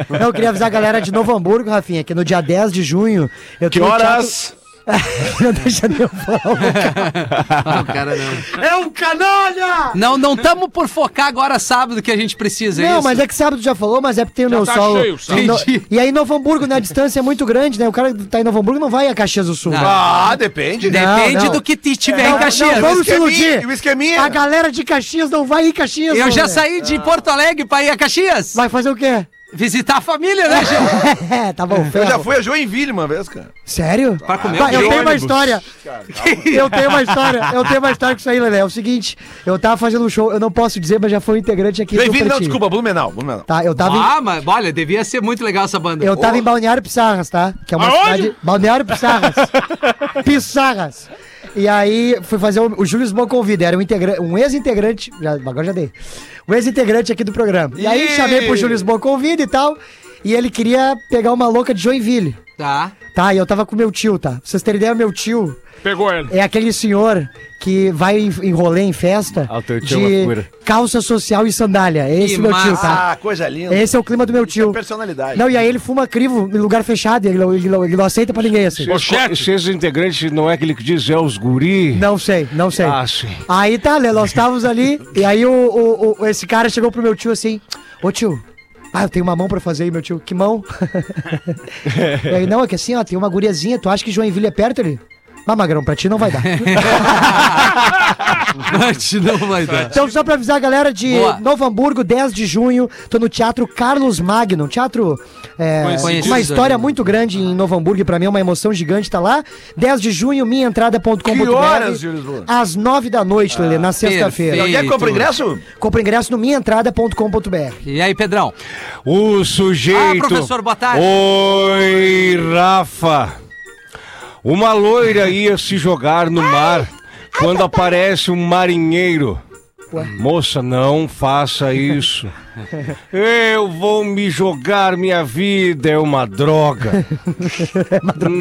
Speaker 5: Não, eu queria avisar a galera de Novo Hamburgo, Rafinha, que no dia 10 de junho... Eu
Speaker 6: Que
Speaker 5: tenho teatro-
Speaker 6: horas?
Speaker 5: [LAUGHS] Não deixa nem eu
Speaker 4: [LAUGHS]
Speaker 5: falar o vocal.
Speaker 4: Não, cara, não.
Speaker 5: É um canalha!
Speaker 4: Não, não estamos por focar agora sábado que a gente precisa, é
Speaker 5: Não,
Speaker 4: isso?
Speaker 5: mas é que sábado já falou, mas é porque tem o meu
Speaker 3: tá
Speaker 5: solo.
Speaker 3: cheio, sabe?
Speaker 5: E no-
Speaker 4: Entendi.
Speaker 5: E aí, Novo Hamburgo, né? A distância é muito grande, né? O cara que tá em Novo Hamburgo não vai a Caxias do Sul.
Speaker 4: Não.
Speaker 5: né?
Speaker 7: Ah, depende.
Speaker 4: Depende
Speaker 5: não. É,
Speaker 4: do que ti- tiver
Speaker 5: Não,
Speaker 4: em Caxias.
Speaker 5: não, vamos se
Speaker 7: esqueminha,
Speaker 5: iludir.
Speaker 7: o esqueminha.
Speaker 5: A galera de Caxias não vai em Caxias.
Speaker 4: Eu
Speaker 5: não,
Speaker 4: já
Speaker 5: né?
Speaker 4: saí de Porto Alegre pra ir a Caxias.
Speaker 5: Vai fazer o quê? [LAUGHS]
Speaker 4: Visitar a família, né, Gil?
Speaker 5: É, tá
Speaker 4: [LAUGHS]
Speaker 5: bom.
Speaker 7: Eu
Speaker 5: ferro.
Speaker 7: já fui a Joinville uma vez, cara.
Speaker 5: Sério? Pra
Speaker 4: comer
Speaker 5: eu
Speaker 4: um
Speaker 5: tenho uma
Speaker 4: ônibus.
Speaker 5: história. [LAUGHS] Eu tenho uma história. Eu tenho uma história com isso aí, Lelé. É o seguinte, eu tava fazendo um show, eu não posso dizer, mas já foi um integrante aqui do
Speaker 7: Joinville, não,
Speaker 5: Pretinho.
Speaker 7: desculpa, Blumenau. Blumenau.
Speaker 5: Tá, eu tava em-
Speaker 4: Ah, mas olha, devia ser muito legal essa banda.
Speaker 5: Eu tava em Balneário Pissarras, tá? Que é uma cidade. Balneário Pissarras. Pissarras. E aí, fui fazer o, o Júlio Smoconvida, era um, integra- um ex-integrante, já- agora já dei, um ex-integrante aqui do programa. E aí,
Speaker 7: Ih!
Speaker 5: chamei pro Júlio Smoconvida e tal, e ele queria pegar uma louca de Joinville,
Speaker 4: Tá.
Speaker 5: tá? E eu tava com meu tio, tá? Pra vocês terem ideia, meu tio
Speaker 3: Pegou ele.
Speaker 5: é aquele senhor que vai em, em rolê, em festa,
Speaker 8: Ah, o teu tio é uma
Speaker 5: de
Speaker 8: figura.
Speaker 5: calça social e sandália. É esse
Speaker 4: Que
Speaker 5: meu tio,
Speaker 4: massa.
Speaker 5: tá?
Speaker 7: Ah, coisa linda.
Speaker 5: Esse é o clima do meu tio.
Speaker 7: Personalidade.
Speaker 5: Não, e aí ele fuma crivo em lugar fechado, ele, não- ele não- ele não aceita pra ninguém assim.
Speaker 3: Pochete.
Speaker 8: Seja integrante, não é aquele que diz é os guri?
Speaker 5: Não sei, não sei.
Speaker 8: Ah, sim.
Speaker 5: Aí tá, né, nós estávamos ali, e aí o, o- o- esse cara chegou pro meu tio assim, ô tio, ah, eu tenho uma mão pra fazer aí, meu tio, que mão? [LAUGHS] e aí, não, é que assim, ó, tem uma guriazinha, tu acha que Joinville é perto ali? Mas, Magrão, pra ti não vai
Speaker 4: [LAUGHS]
Speaker 5: dar.
Speaker 4: Mas é. não vai dar.
Speaker 5: Então, só pra avisar a galera de
Speaker 4: Boa.
Speaker 5: Novo Hamburgo, 10 de junho, tô no Teatro Carlos Magno. um Teatro é,
Speaker 4: Conhecido.
Speaker 5: com uma história
Speaker 4: Conhecido.
Speaker 5: muito grande em Novo Hamburgo, e pra mim é uma emoção gigante, tá lá. 10 de junho, minhaentrada.com.br.
Speaker 7: Que horas, Júlio Lisboa?
Speaker 5: Às 9 da noite, Lelê, na sexta-feira.
Speaker 4: Ah, perfeito.
Speaker 7: Alguém compra o ingresso?
Speaker 5: Compra ingresso no minhaentrada.com.br.
Speaker 4: E aí, Pedrão?
Speaker 8: O sujeito.
Speaker 4: Ah, professor, boa tarde.
Speaker 8: Oi, Rafa. Uma loira ia se jogar no mar quando aparece um marinheiro. Moça, não faça
Speaker 4: [LAUGHS]
Speaker 8: isso. Eu vou me jogar, minha vida é uma droga.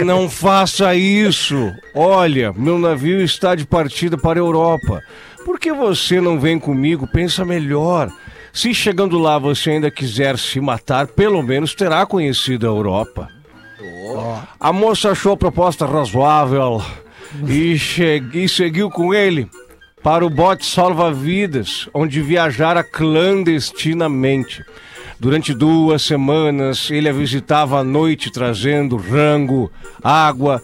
Speaker 8: Não faça isso. Olha, meu navio está de partida para a Europa. Por que você não vem comigo? Pensa melhor. Se chegando lá você ainda quiser se matar, pelo menos terá conhecido a Europa. A moça achou a proposta razoável e, che- e seguiu com ele para o bote salva-vidas, onde viajara clandestinamente. Durante duas semanas, ele a visitava à noite trazendo rango, água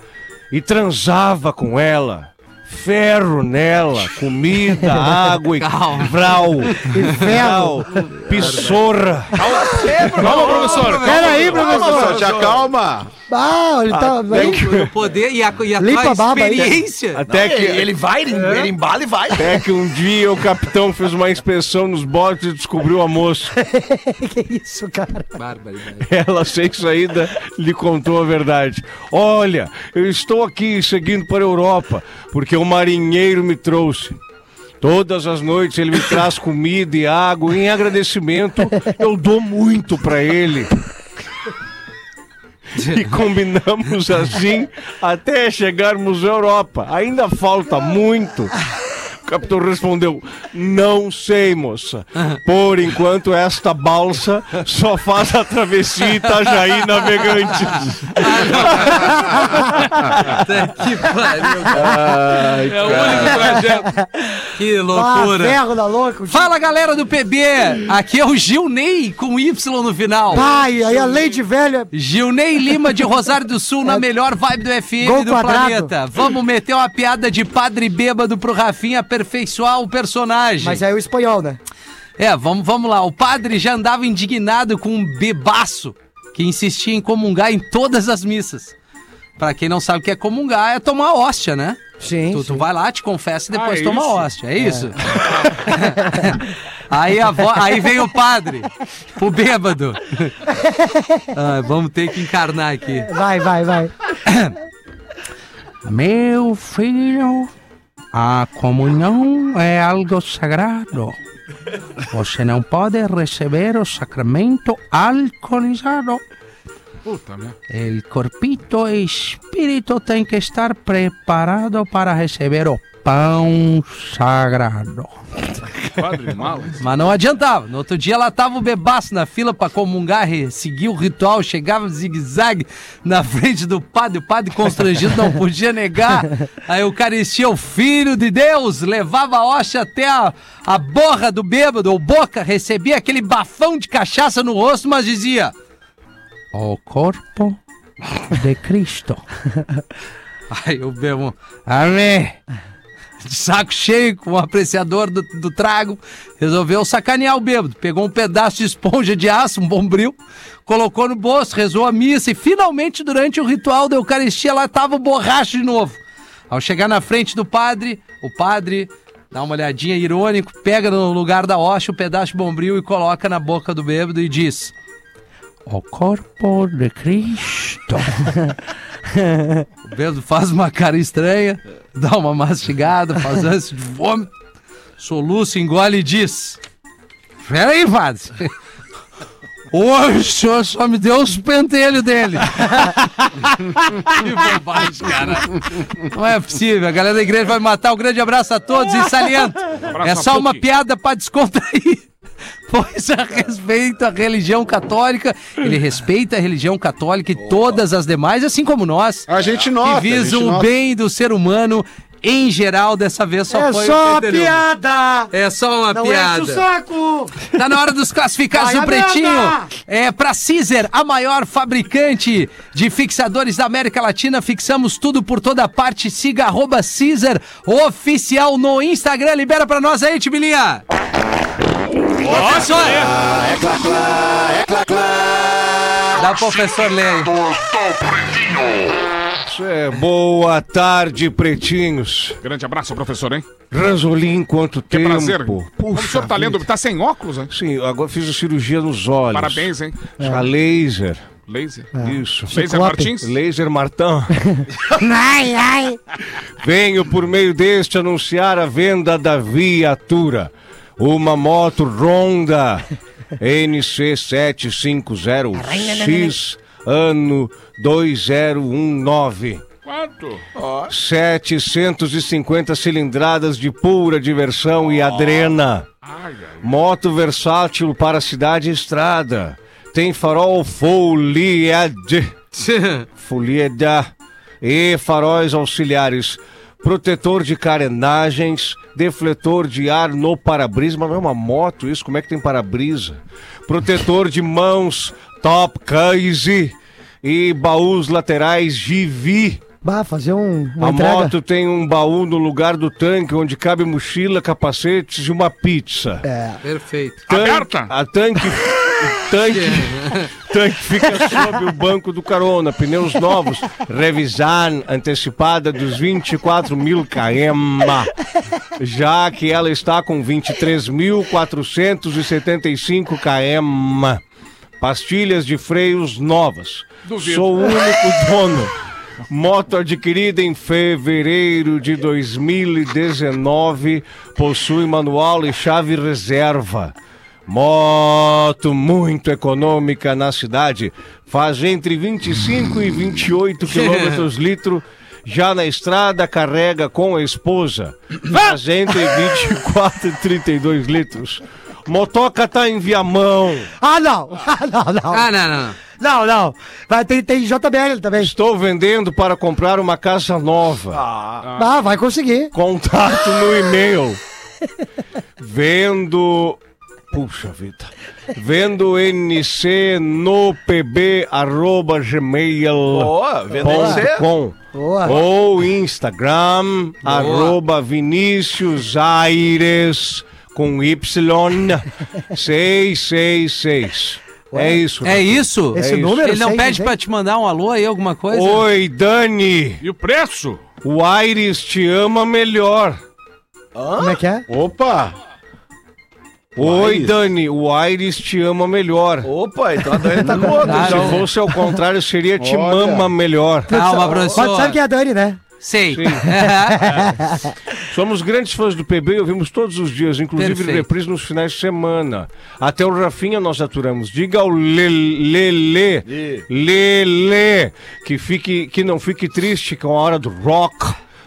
Speaker 8: e transava com ela. Ferro nela, comida, água e
Speaker 4: Calma.
Speaker 8: vral,
Speaker 5: ferro.
Speaker 8: vral, pissorra.
Speaker 3: Calma, professor.
Speaker 5: Pera aí,
Speaker 7: é
Speaker 5: professor.
Speaker 6: Professor, te acalma.
Speaker 5: Ah, ele tá... aí-
Speaker 4: O poder e a, e a,
Speaker 5: Limpa
Speaker 4: tua
Speaker 5: a barba aí.
Speaker 8: [LAUGHS]
Speaker 4: experiência.
Speaker 8: Até que
Speaker 7: Ele vai, ele, ele embala e vai.
Speaker 8: Até que um dia o capitão fez uma inspeção nos botes e descobriu a moça. [LAUGHS]
Speaker 5: que isso, cara?
Speaker 8: Ela, sem saída, lhe contou a verdade. Olha, eu estou aqui seguindo para a Europa, porque o marinheiro me trouxe. Todas as noites ele me traz comida e água, e em agradecimento eu dou muito para ele. E combinamos assim até chegarmos à Europa. Ainda falta muito. O capitão respondeu: Não sei, moça. Por enquanto, esta balsa só faz a travessia Itajaí navegante.
Speaker 4: Puta que pariu, cara.
Speaker 3: É o único trajeto.
Speaker 4: Que
Speaker 5: Ah,
Speaker 4: loucura.
Speaker 5: ferro da louca.
Speaker 4: Fala, galera do PB. Aqui é o Gilney com Y no final.
Speaker 5: Pai, aí a Lady Velha...
Speaker 4: Gilney Lima de Rosário do Sul na melhor vibe do FM
Speaker 5: É. Gol
Speaker 4: do
Speaker 5: quadrado.
Speaker 4: planeta. Vamos meter uma piada de padre bêbado pro Rafinha aperfeiçoar o personagem.
Speaker 5: Mas é o espanhol, né?
Speaker 4: É, vamos, vamos lá. O padre já andava indignado com um bebaço que insistia em comungar em todas as missas. Pra quem não sabe o que é comungar, é tomar hóstia, né?
Speaker 5: Sim.
Speaker 4: Tu, tu vai lá, te confessa e depois
Speaker 3: Ah, é
Speaker 4: toma
Speaker 3: isso? É.
Speaker 4: hóstia, é, isso? [LAUGHS] aí, a vo- aí vem o padre,
Speaker 3: [LAUGHS]
Speaker 4: o bêbado. Ah, vamos ter que encarnar aqui.
Speaker 5: Vai, vai,
Speaker 4: [LAUGHS]
Speaker 5: vai.
Speaker 4: Meu filho, a comunhão é algo sagrado. Você não pode receber o sacramento alcoolizado.
Speaker 3: Puta merda.
Speaker 4: El corpito e espírito tem que estar preparado para receber o pão sagrado.
Speaker 3: Padre Malas.
Speaker 4: Mas não adiantava. No outro dia ela tava o bebaço na fila pra comungar, re- seguir o ritual, chegava zigue-zague na frente do padre. O padre constrangido não podia negar. A Eucaristia, o filho de Deus, levava a hoxa até a, a borra do bêbado, ou boca, recebia aquele bafão de cachaça no rosto, mas dizia: O corpo de Cristo. Aí o bebo, amém de saco cheio, com o apreciador do, do trago, resolveu sacanear o bêbado. Pegou um pedaço de esponja de aço, um bombril, colocou no bolso, rezou a missa e finalmente, durante o ritual da Eucaristia, lá estava o borracho de novo. Ao chegar na frente do padre, o padre dá uma olhadinha irônico, pega no lugar da hoxa o pedaço de bombril e coloca na boca do bêbado e diz: O corpo de Cristo. [LAUGHS] O Pedro faz uma cara estranha, dá uma mastigada, faz ânsia de vômito, soluço, engole e diz: Peraí, padre. Hoje o senhor só me deu os
Speaker 3: [LAUGHS]
Speaker 4: pentelhos dele. que bobagem, cara. Não é possível. A galera da igreja vai matar. Um grande abraço a todos e saliento.
Speaker 3: Abraço
Speaker 4: é
Speaker 3: a
Speaker 4: só uma
Speaker 3: PUC.
Speaker 4: piada pra descontrair. Pois a respeito à religião católica, ele respeita a religião católica e todas as demais, assim como nós
Speaker 6: A gente nota.
Speaker 4: que
Speaker 7: um
Speaker 4: visa
Speaker 6: a gente
Speaker 4: o
Speaker 6: nota.
Speaker 4: bem do ser humano em geral. Dessa vez só
Speaker 5: É
Speaker 4: foi
Speaker 5: só
Speaker 4: o
Speaker 5: uma
Speaker 4: Pedro.
Speaker 5: piada!
Speaker 4: É só uma
Speaker 5: Não enche o
Speaker 4: piada.
Speaker 5: saco!
Speaker 4: Tá na hora dos classificados
Speaker 5: Vai
Speaker 4: do
Speaker 5: a merda!
Speaker 4: Pretinho. É pra Caesar, a maior fabricante de fixadores da América Latina. Fixamos tudo por toda parte. Siga arroba Caesar oficial no Instagram. Libera pra nós aí, Tibilinha. Professor! Da professor Lei.
Speaker 8: Isso é boa tarde, pretinhos.
Speaker 3: Grande abraço, professor, hein?
Speaker 8: Ranzolim, quanto
Speaker 3: Que
Speaker 8: tempo.
Speaker 3: prazer. Como o
Speaker 8: Puxa,
Speaker 3: senhor tá lendo?
Speaker 8: vida.
Speaker 3: Tá sem óculos, hein?
Speaker 8: Sim, agora fiz a cirurgia nos olhos.
Speaker 3: Parabéns, hein?
Speaker 8: A laser.
Speaker 3: Laser.
Speaker 8: Isso.
Speaker 3: Laser
Speaker 5: Ciclope.
Speaker 3: Martins?
Speaker 8: Laser Martão. Venho por meio deste anunciar a venda da viatura. Uma moto Honda NC750X, ano 2019.
Speaker 3: Quanto?
Speaker 8: 750 cilindradas de pura diversão e adrena. Moto versátil para cidade e estrada. Tem farol foliade. Foliada. E faróis auxiliares. Protetor de carenagens, defletor de ar no para-brisa, mas não é uma moto isso, como é que tem para-brisa? Protetor de mãos, top case e baús laterais GV.
Speaker 5: Bah, fazer um, uma
Speaker 8: A
Speaker 5: entrega.
Speaker 8: moto tem um baú no lugar do tanque, onde cabe mochila, capacetes e uma pizza.
Speaker 4: Perfeito.
Speaker 8: Tanque-
Speaker 3: Aberta?
Speaker 8: A tanque. o tanque, o tanque fica sob o banco do carona. Pneus novos. Revisão antecipada dos 24 mil km. Já que ela está com 23.475 km. Pastilhas de freios novas.
Speaker 3: Duvido.
Speaker 8: Sou o único dono. Moto adquirida em fevereiro de 2019, possui manual e chave reserva. Moto muito econômica na cidade, faz entre 25 e 28 quilômetros litro. Já na estrada carrega com a esposa, faz entre 24 e 32 litros. Motoca tá em Viamão.
Speaker 5: Ah, não! [LAUGHS] Ah, não, não!
Speaker 4: Ah, não, não. não.
Speaker 5: Não, não! Vai, tem, tem JBL também.
Speaker 8: Estou vendendo para comprar uma casa nova.
Speaker 5: Ah, vai conseguir.
Speaker 8: Contato no e-mail. Vendo. Puxa vida. Vendo nc no pb arroba gmail
Speaker 7: Boa,
Speaker 8: ponto
Speaker 7: VNC.
Speaker 8: com.
Speaker 5: Boa.
Speaker 8: ou Instagram arroba Vinícius Aires com Y 666. É isso.
Speaker 4: É isso?
Speaker 5: Esse
Speaker 8: É isso.
Speaker 5: número?
Speaker 4: Ele não
Speaker 5: sei,
Speaker 4: pede
Speaker 5: sei.
Speaker 4: pra te mandar um alô aí, alguma coisa?
Speaker 8: Oi, Dani.
Speaker 3: E o preço?
Speaker 8: O Aires te ama melhor.
Speaker 5: Como é que é?
Speaker 6: Opa!
Speaker 8: Oi,
Speaker 7: Aires?
Speaker 8: Dani, o Aires te ama melhor.
Speaker 7: Opa, então a Dani tá com
Speaker 6: [LAUGHS]
Speaker 7: outro.
Speaker 4: Claro.
Speaker 8: Se fosse ao contrário, seria te
Speaker 6: Olha.
Speaker 8: mama melhor.
Speaker 5: é
Speaker 4: Calma, professor. [LAUGHS]
Speaker 5: Pode sabe quem é a Dani, né?
Speaker 4: Sei.
Speaker 8: Sim. Somos grandes fãs do PB e ouvimos todos os dias, inclusive
Speaker 4: Perfeito.
Speaker 8: reprise nos finais de semana. Até o Rafinha nós aturamos. Diga ao Lele, Lele, Lele, que, fique, que não fique triste com a hora do rock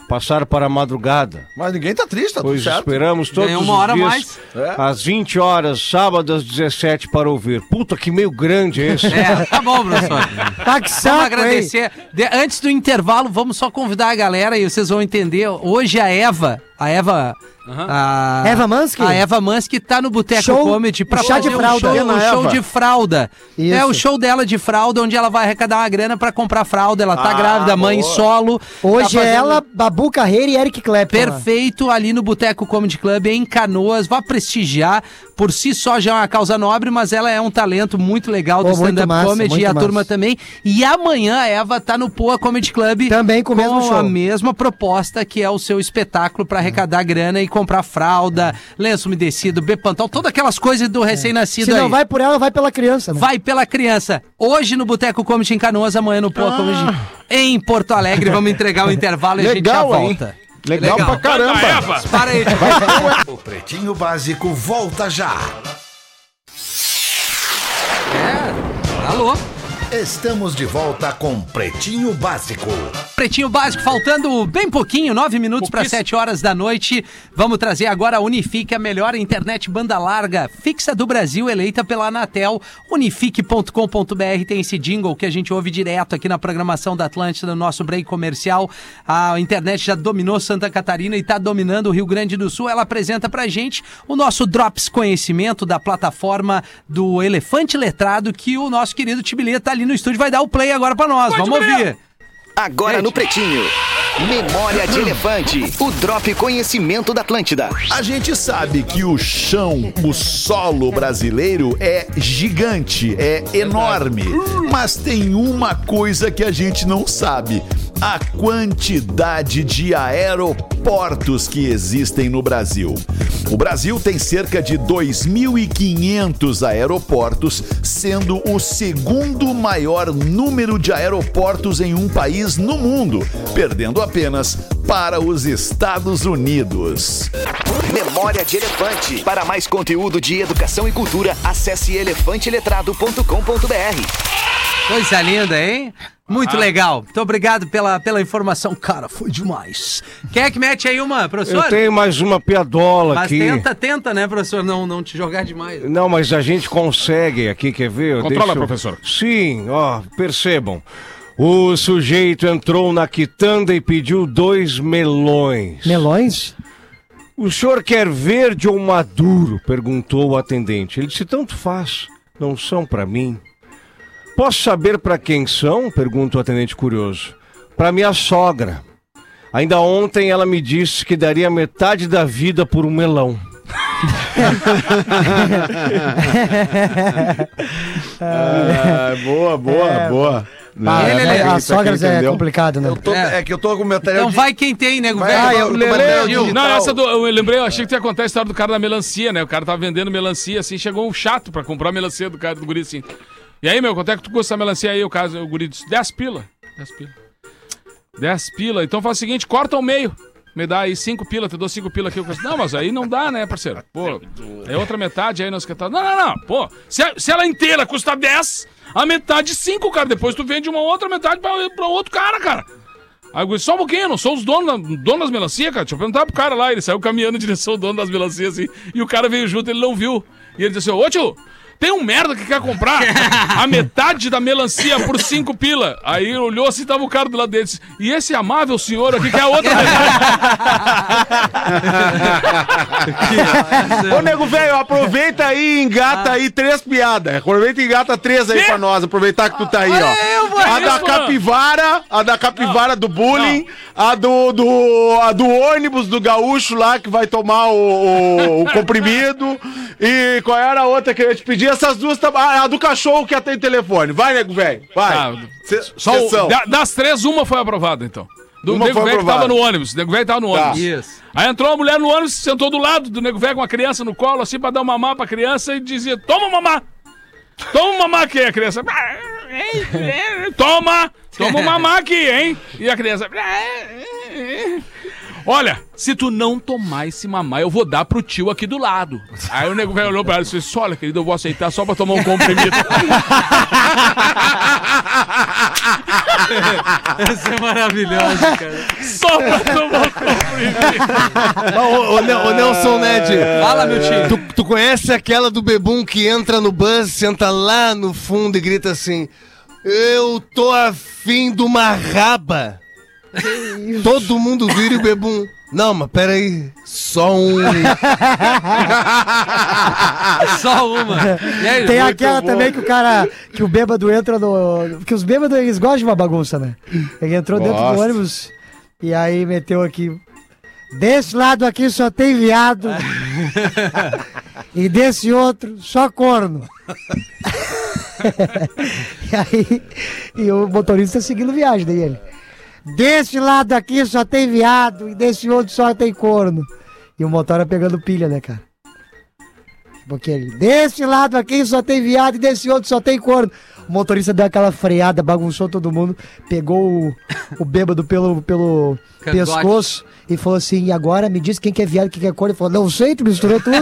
Speaker 8: passar para a madrugada.
Speaker 7: Mas ninguém tá triste, tá
Speaker 8: Pois
Speaker 7: tudo certo.
Speaker 8: esperamos todos
Speaker 4: Ganhou uma
Speaker 8: os
Speaker 4: hora a
Speaker 8: dias,
Speaker 4: mais. É.
Speaker 8: às 20 horas, sábado às 17 para ouvir. Puta, que meio grande esse.
Speaker 4: É, tá bom, professor.
Speaker 5: [LAUGHS] Tá que
Speaker 4: Vamos
Speaker 5: saco, hein?
Speaker 4: agradecer. De- antes do intervalo, vamos só convidar a galera e vocês vão entender. Hoje a Eva, a Eva. A...
Speaker 5: Eva Mansky?
Speaker 4: A Eva Mansky tá no Boteco
Speaker 5: Show-
Speaker 4: Comedy pra
Speaker 5: o chá de
Speaker 4: fazer
Speaker 5: fralda.
Speaker 4: um show,
Speaker 5: Ana
Speaker 4: um show
Speaker 7: Eva.
Speaker 4: de fralda.
Speaker 5: Isso.
Speaker 4: É o show dela de fralda, onde ela vai arrecadar uma grana pra comprar fralda. Ela
Speaker 5: Ah,
Speaker 4: tá grávida, mãe solo. tá
Speaker 5: Hoje
Speaker 4: fazendo-
Speaker 5: é ela, Babu Carreira e Eric Clapton.
Speaker 4: Perfeito, ali no Boteco Comedy Club, em Canoas. Vá prestigiar. Por si só já é uma causa nobre, mas ela é um talento muito legal do
Speaker 5: Pô, muito
Speaker 4: stand-up
Speaker 5: massa,
Speaker 4: comedy e
Speaker 5: muito
Speaker 4: a
Speaker 5: massa.
Speaker 4: turma também. E amanhã a Eva tá no Poa Comedy Club.
Speaker 5: Também com o mesmo show.
Speaker 4: a mesma proposta que é o seu espetáculo para arrecadar grana e comprar fralda, lenço umedecido, bepantal, todas aquelas coisas do recém-nascido
Speaker 5: É. Se não
Speaker 4: aí.
Speaker 5: vai por ela, vai pela criança. né?
Speaker 4: Vai pela criança. Hoje no Boteco Comedy em Canoas, amanhã no
Speaker 5: Ah.
Speaker 4: Poa Comedy em Porto Alegre. Vamos entregar o intervalo e a gente já
Speaker 7: Legal, hein?
Speaker 4: volta.
Speaker 7: Legal, pra
Speaker 3: Manda,
Speaker 7: caramba.
Speaker 3: Eva!
Speaker 4: Para aí,
Speaker 7: é?
Speaker 1: O Pretinho Básico volta já.
Speaker 4: É, alô.
Speaker 1: Estamos de volta com Pretinho Básico.
Speaker 4: Pretinho Básico, faltando bem pouquinho, nove minutos para
Speaker 3: Pouquíssimo.
Speaker 4: sete horas da noite. Vamos trazer agora a Unifique, a melhor internet banda larga fixa do Brasil, eleita pela Anatel. Unifique.com.br tem esse jingle que a gente ouve direto aqui na programação da Atlântida, no nosso break comercial. A internet já dominou Santa Catarina e está dominando o Rio Grande do Sul. Ela apresenta para gente o nosso Drops Conhecimento da plataforma do Elefante Letrado, que o nosso querido Tibilê tá ali no estúdio, vai dar o play agora para nós. Vamos ouvir.
Speaker 11: Agora no Pretinho. Memória de Elefante. O Drop Conhecimento da Atlântida.
Speaker 1: A gente sabe que o chão, o solo brasileiro é gigante, é enorme. Mas tem uma coisa que a gente não sabe: a quantidade de aeroportos que existem no Brasil. O Brasil tem cerca de 2.500 aeroportos, sendo o segundo maior número de aeroportos em um país no mundo, perdendo apenas para os Estados Unidos.
Speaker 11: Memória de Elefante. Para mais conteúdo de educação e cultura, acesse elefanteletrado.com.br.
Speaker 4: Coisa linda, hein? Muito legal. Muito obrigado pela, pela informação. Cara, foi demais. Quem é que mete aí uma,
Speaker 8: Eu
Speaker 4: professor?
Speaker 8: tenho mais uma piadola
Speaker 4: Mas
Speaker 8: aqui.
Speaker 4: tenta, tenta, né, professor? Não, não te jogar demais.
Speaker 8: Não, mas a gente consegue aqui, quer ver? Eu
Speaker 3: Controla,
Speaker 8: deixo-
Speaker 3: professor.
Speaker 8: Sim, ó, percebam. O sujeito entrou na quitanda e pediu dois melões.
Speaker 5: Melões?
Speaker 8: O senhor quer verde ou maduro? Perguntou o atendente. Ele disse: tanto faz, não são para mim. Posso saber para quem são? Pergunta o atendente curioso. Para minha sogra. Ainda ontem ela me disse que daria metade da vida por um melão.
Speaker 6: Ah, boa, boa, boa.
Speaker 5: Ah,
Speaker 4: Ele,
Speaker 5: é,
Speaker 4: ele-
Speaker 5: as sogras é complicado, né?
Speaker 7: Eu tô- é. que eu tô com o meu
Speaker 4: Então
Speaker 7: material de-
Speaker 4: vai quem tem, nego velho.
Speaker 7: Ah, eu- eu tô
Speaker 4: Lelê,
Speaker 7: material
Speaker 4: Gil.
Speaker 7: digital.
Speaker 3: Não, essa do. Eu lembrei, eu achei que tu ia contar a história do cara da melancia, né? O cara tava vendendo melancia, assim, chegou um chato pra comprar a melancia do cara do guri, assim. E aí, meu, quanto é que tu custa essa melancia aí? O, cara, o guri disse, 10 pila. 10 pila. 10 pila. Então faz o seguinte, corta ao meio. Me dá aí 5 pila, te dou 5 pila aqui. Eu falei, não, mas aí não dá, né, parceiro? Pô, é outra metade aí, nós que tá. Não, não, não. Pô, se, a- se ela inteira custa 10, a metade 5, cara. Depois tu vende uma outra metade pra, pra outro cara, cara. Aí eu disse, só um pouquinho, não sou os donos, da- dono das melancias, cara. Deixa eu perguntar pro cara lá. Ele saiu caminhando em direção ao dono das melancias, assim. E o cara veio junto, ele não viu. E ele disse assim, ô tio, tem um merda que quer comprar a metade da melancia por cinco pila. Aí ele olhou assim, tava o cara do lado dele. disse, E esse amável senhor aqui quer a outra metade.
Speaker 6: Ô, nego velho, aproveita aí e engata aí três piadas. Aproveita e engata três aí
Speaker 3: Quê?
Speaker 6: pra nós. Aproveitar que tu tá aí,
Speaker 4: Ah, eu vou
Speaker 6: ó. A da
Speaker 3: arriscar.
Speaker 6: capivara, a da capivara do bullying, a do, do, a do ônibus do gaúcho lá que vai tomar o, o- o comprimido. E qual era a outra que eu ia te pedir? Essas duas. Tá... Ah, a do cachorro que atende telefone. Vai, nego velho, vai.
Speaker 3: Ah,
Speaker 6: Se-
Speaker 3: Só o-
Speaker 6: sessão.
Speaker 3: da- das três, uma foi aprovada, então. Do
Speaker 6: Uma
Speaker 3: nego
Speaker 6: foi
Speaker 3: velho que tava
Speaker 6: aprovada.
Speaker 3: no ônibus. O nego velho tava no
Speaker 6: Tá.
Speaker 3: ônibus.
Speaker 4: Isso.
Speaker 3: Aí entrou uma mulher no ônibus, sentou do lado do nego velho com a criança no colo, assim, pra dar mamar pra criança e dizia: Toma mamar! Toma mamar aqui, a criança. Toma! Toma o mamar aqui, hein? E a criança. Olha, se tu não tomar esse mamar, eu vou dar pro tio aqui do lado. Aí o nego velho olhou pra ela e disse: Olha, querido, eu vou aceitar só pra tomar um comprimido. [LAUGHS]
Speaker 4: Essa é maravilhosa, cara.
Speaker 3: Só pra tomar um comprimido.
Speaker 9: Ô, ô, Ne- ô, Nelson Ned.
Speaker 4: Fala, meu tio.
Speaker 9: Tu, tu conhece aquela do bebum que entra no bus, senta lá no fundo e grita assim: Eu tô afim de uma raba. Todo mundo vira e o bebum. Não, mas peraí. Só um.
Speaker 6: [LAUGHS]
Speaker 4: [LAUGHS] Só uma. E aí,
Speaker 5: Tem
Speaker 4: É muito
Speaker 5: aquela
Speaker 4: bom.
Speaker 5: também que o cara. Que o bêbado entra no. Porque os bêbados eles gostam de uma bagunça, né? Ele entrou dentro do
Speaker 6: Gosta.
Speaker 5: ônibus e aí meteu aqui. Desse lado aqui só tem
Speaker 4: [LAUGHS]
Speaker 5: viado. e desse outro, só corno. [LAUGHS] e aí. E o motorista seguindo viagem, daí ele. Desse lado aqui só tem viado e desse outro só tem corno. E o motora pegando pilha, né, cara? Porque ele, desse lado aqui só tem viado e desse outro só tem corno. O motorista deu aquela freada, bagunçou todo mundo, pegou o, o bêbado pelo, pelo
Speaker 4: Cangote.
Speaker 5: pescoço e falou assim: e agora me diz quem que é viado e quem que é corno. Ele falou: não sei, tu misturou tudo.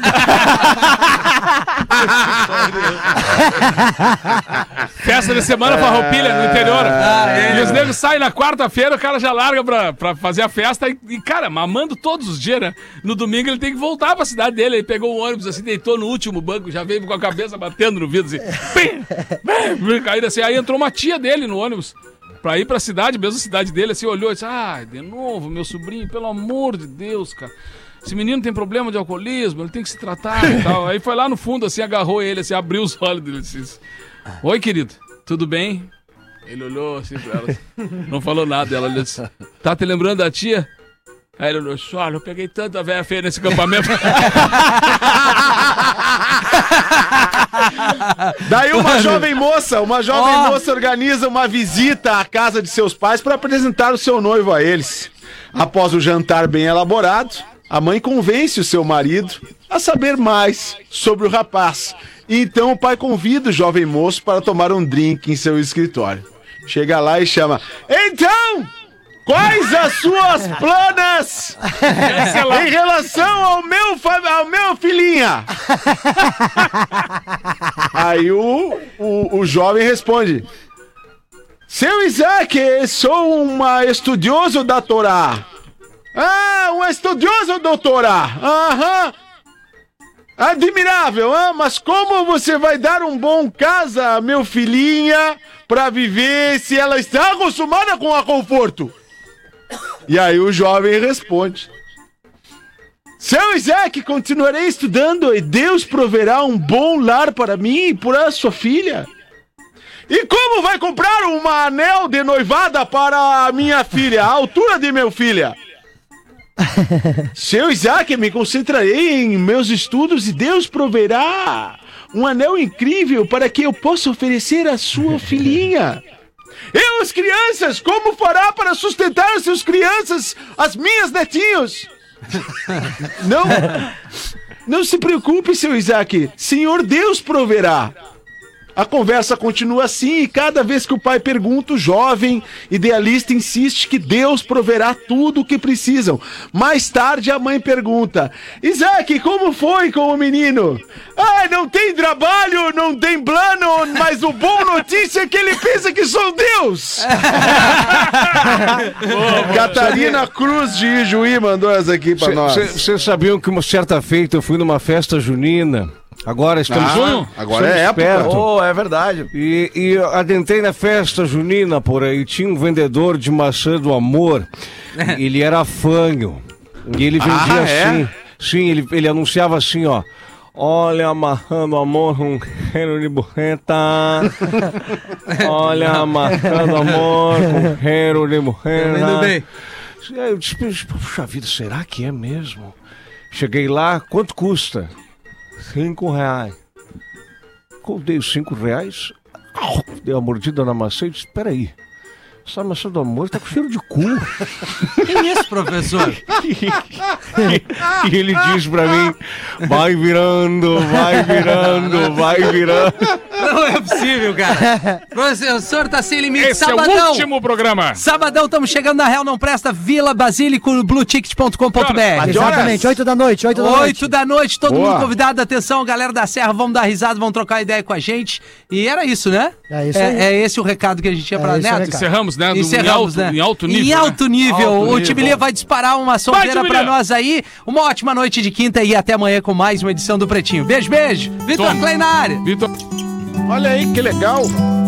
Speaker 3: Festa de semana farroupilha no interior. Ah, é. E os negros saem na quarta-feira, o cara já larga pra, pra fazer a festa. E, e, cara, mamando todos os dias, né? No domingo ele tem que voltar pra cidade dele. Ele pegou o ônibus assim, deitou no último banco, já veio com a cabeça batendo no vidro, assim. Pim, pim, pim, caído assim. Aí entrou uma tia dele no ônibus. Pra ir pra cidade, mesmo cidade dele, assim, olhou e disse: Ah, de novo, meu sobrinho, pelo amor de Deus, cara. Esse menino tem problema de alcoolismo, ele tem que se tratar e tal. Aí foi lá no fundo, assim, agarrou ele, assim, abriu os olhos dele e disse: Oi, querido, tudo bem? Ele olhou assim pra ela, [LAUGHS] não falou nada. Ela disse: Tá te lembrando da tia? Aí ele olhou: Olha, eu peguei tanta velha feia nesse
Speaker 4: [LAUGHS]
Speaker 3: acampamento.
Speaker 6: Daí uma jovem moça, uma jovem
Speaker 4: Ó.
Speaker 6: moça organiza uma visita à casa de seus pais para apresentar o seu noivo a eles. Após o jantar bem elaborado, a mãe convence o seu marido a saber mais sobre o rapaz. E então o pai convida o jovem moço para tomar um drink em seu escritório. Chega lá e chama: Então, quais as suas planas em relação ao meu, fa- ao meu filhinha? Aí o, o, o jovem responde: Seu Isaac, sou um estudioso da Torá. Ah, um estudioso da Torá. Aham. Admirável, ah, mas como você vai dar um bom casa, meu filhinha, pra viver se ela está acostumada com a conforto? E aí o jovem responde: seu Isaac, continuarei estudando e Deus proverá um bom lar para mim e para sua filha. E como vai comprar uma anel de noivada para a minha filha, a altura de meu filha? Seu Isaac, me concentrarei em meus estudos e Deus proverá um anel incrível para que eu possa oferecer à sua filhinha. Eu, as crianças, como fará para sustentar seus crianças, as minhas netinhos? Não, não se preocupe, seu Isaac. Senhor Deus proverá. A conversa continua assim e cada vez que o pai pergunta, o jovem idealista insiste que Deus proverá tudo o que precisam. Mais tarde a mãe pergunta: Isaac, como foi com o menino? Ah, não tem trabalho, não tem plano, mas o bom notícia é que ele pensa que sou Deus. Catarina Cruz de Ijuí mandou essa aqui pra nós.
Speaker 8: Vocês sabiam que uma certa feita eu fui numa festa junina. Agora estamos.
Speaker 6: Ah,
Speaker 8: Junho?
Speaker 6: agora é
Speaker 8: Estamos
Speaker 6: época.
Speaker 8: perto.
Speaker 7: Pô, é verdade.
Speaker 8: E, e eu adentrei na festa junina por aí. Tinha um vendedor de maçã do
Speaker 6: [LAUGHS]
Speaker 8: amor. Ele era fanho. E ele vendia
Speaker 6: Ah, é?
Speaker 8: assim. Sim, ele, ele anunciava assim, ó. Olha, amarrando amor, um reino de
Speaker 6: [LAUGHS]
Speaker 8: burreta. Olha, amarrando amor, um reino
Speaker 6: Tá
Speaker 8: de burreta.
Speaker 4: Indo bem.
Speaker 8: Aí É, Eu disse, "Mas, puxa vida, será que é mesmo? Cheguei lá, quanto custa? Cinco reais. Eu dei os cinco reais, au, dei uma mordida na maçã e disse, peraí, essa maçã do amor tá com cheiro de cu. [LAUGHS]
Speaker 4: Que isso, professor?
Speaker 8: e ele diz pra mim, vai virando, vai virando, vai virando.
Speaker 4: não é possível, cara. o senhor tá sem limite.
Speaker 3: Esse é o
Speaker 4: Sabadão.
Speaker 3: último programa.
Speaker 4: Sabadão, estamos chegando na Real Não Presta, Vila Basílico, blueticket.com.br.
Speaker 3: é
Speaker 5: Exatamente, 8 da noite, 8 da noite.
Speaker 4: 8 da noite, todo
Speaker 5: Boa.
Speaker 4: mundo convidado. Atenção, galera da Serra, vamos dar risada, vão trocar ideia com a gente. E era isso, né?
Speaker 5: É isso aí.
Speaker 4: é, esse o recado que a gente tinha pra
Speaker 5: esse é o
Speaker 4: Neto.
Speaker 5: recado.
Speaker 3: Encerramos, né? Do- em alto-
Speaker 4: Encerramos, né?
Speaker 3: em alto nível,
Speaker 4: Em
Speaker 3: né?
Speaker 4: alto nível.
Speaker 3: Alto
Speaker 4: o
Speaker 3: nível.
Speaker 4: Tibilê vai disparar uma sonzeira pra
Speaker 3: Tibilê!
Speaker 4: nós aí. Uma ótima noite de quinta e até amanhã com mais uma edição do Pretinho. Beijo, beijo. Vitor
Speaker 3: Toma.
Speaker 4: Klein na área.
Speaker 3: Vitor.
Speaker 6: Olha aí que legal.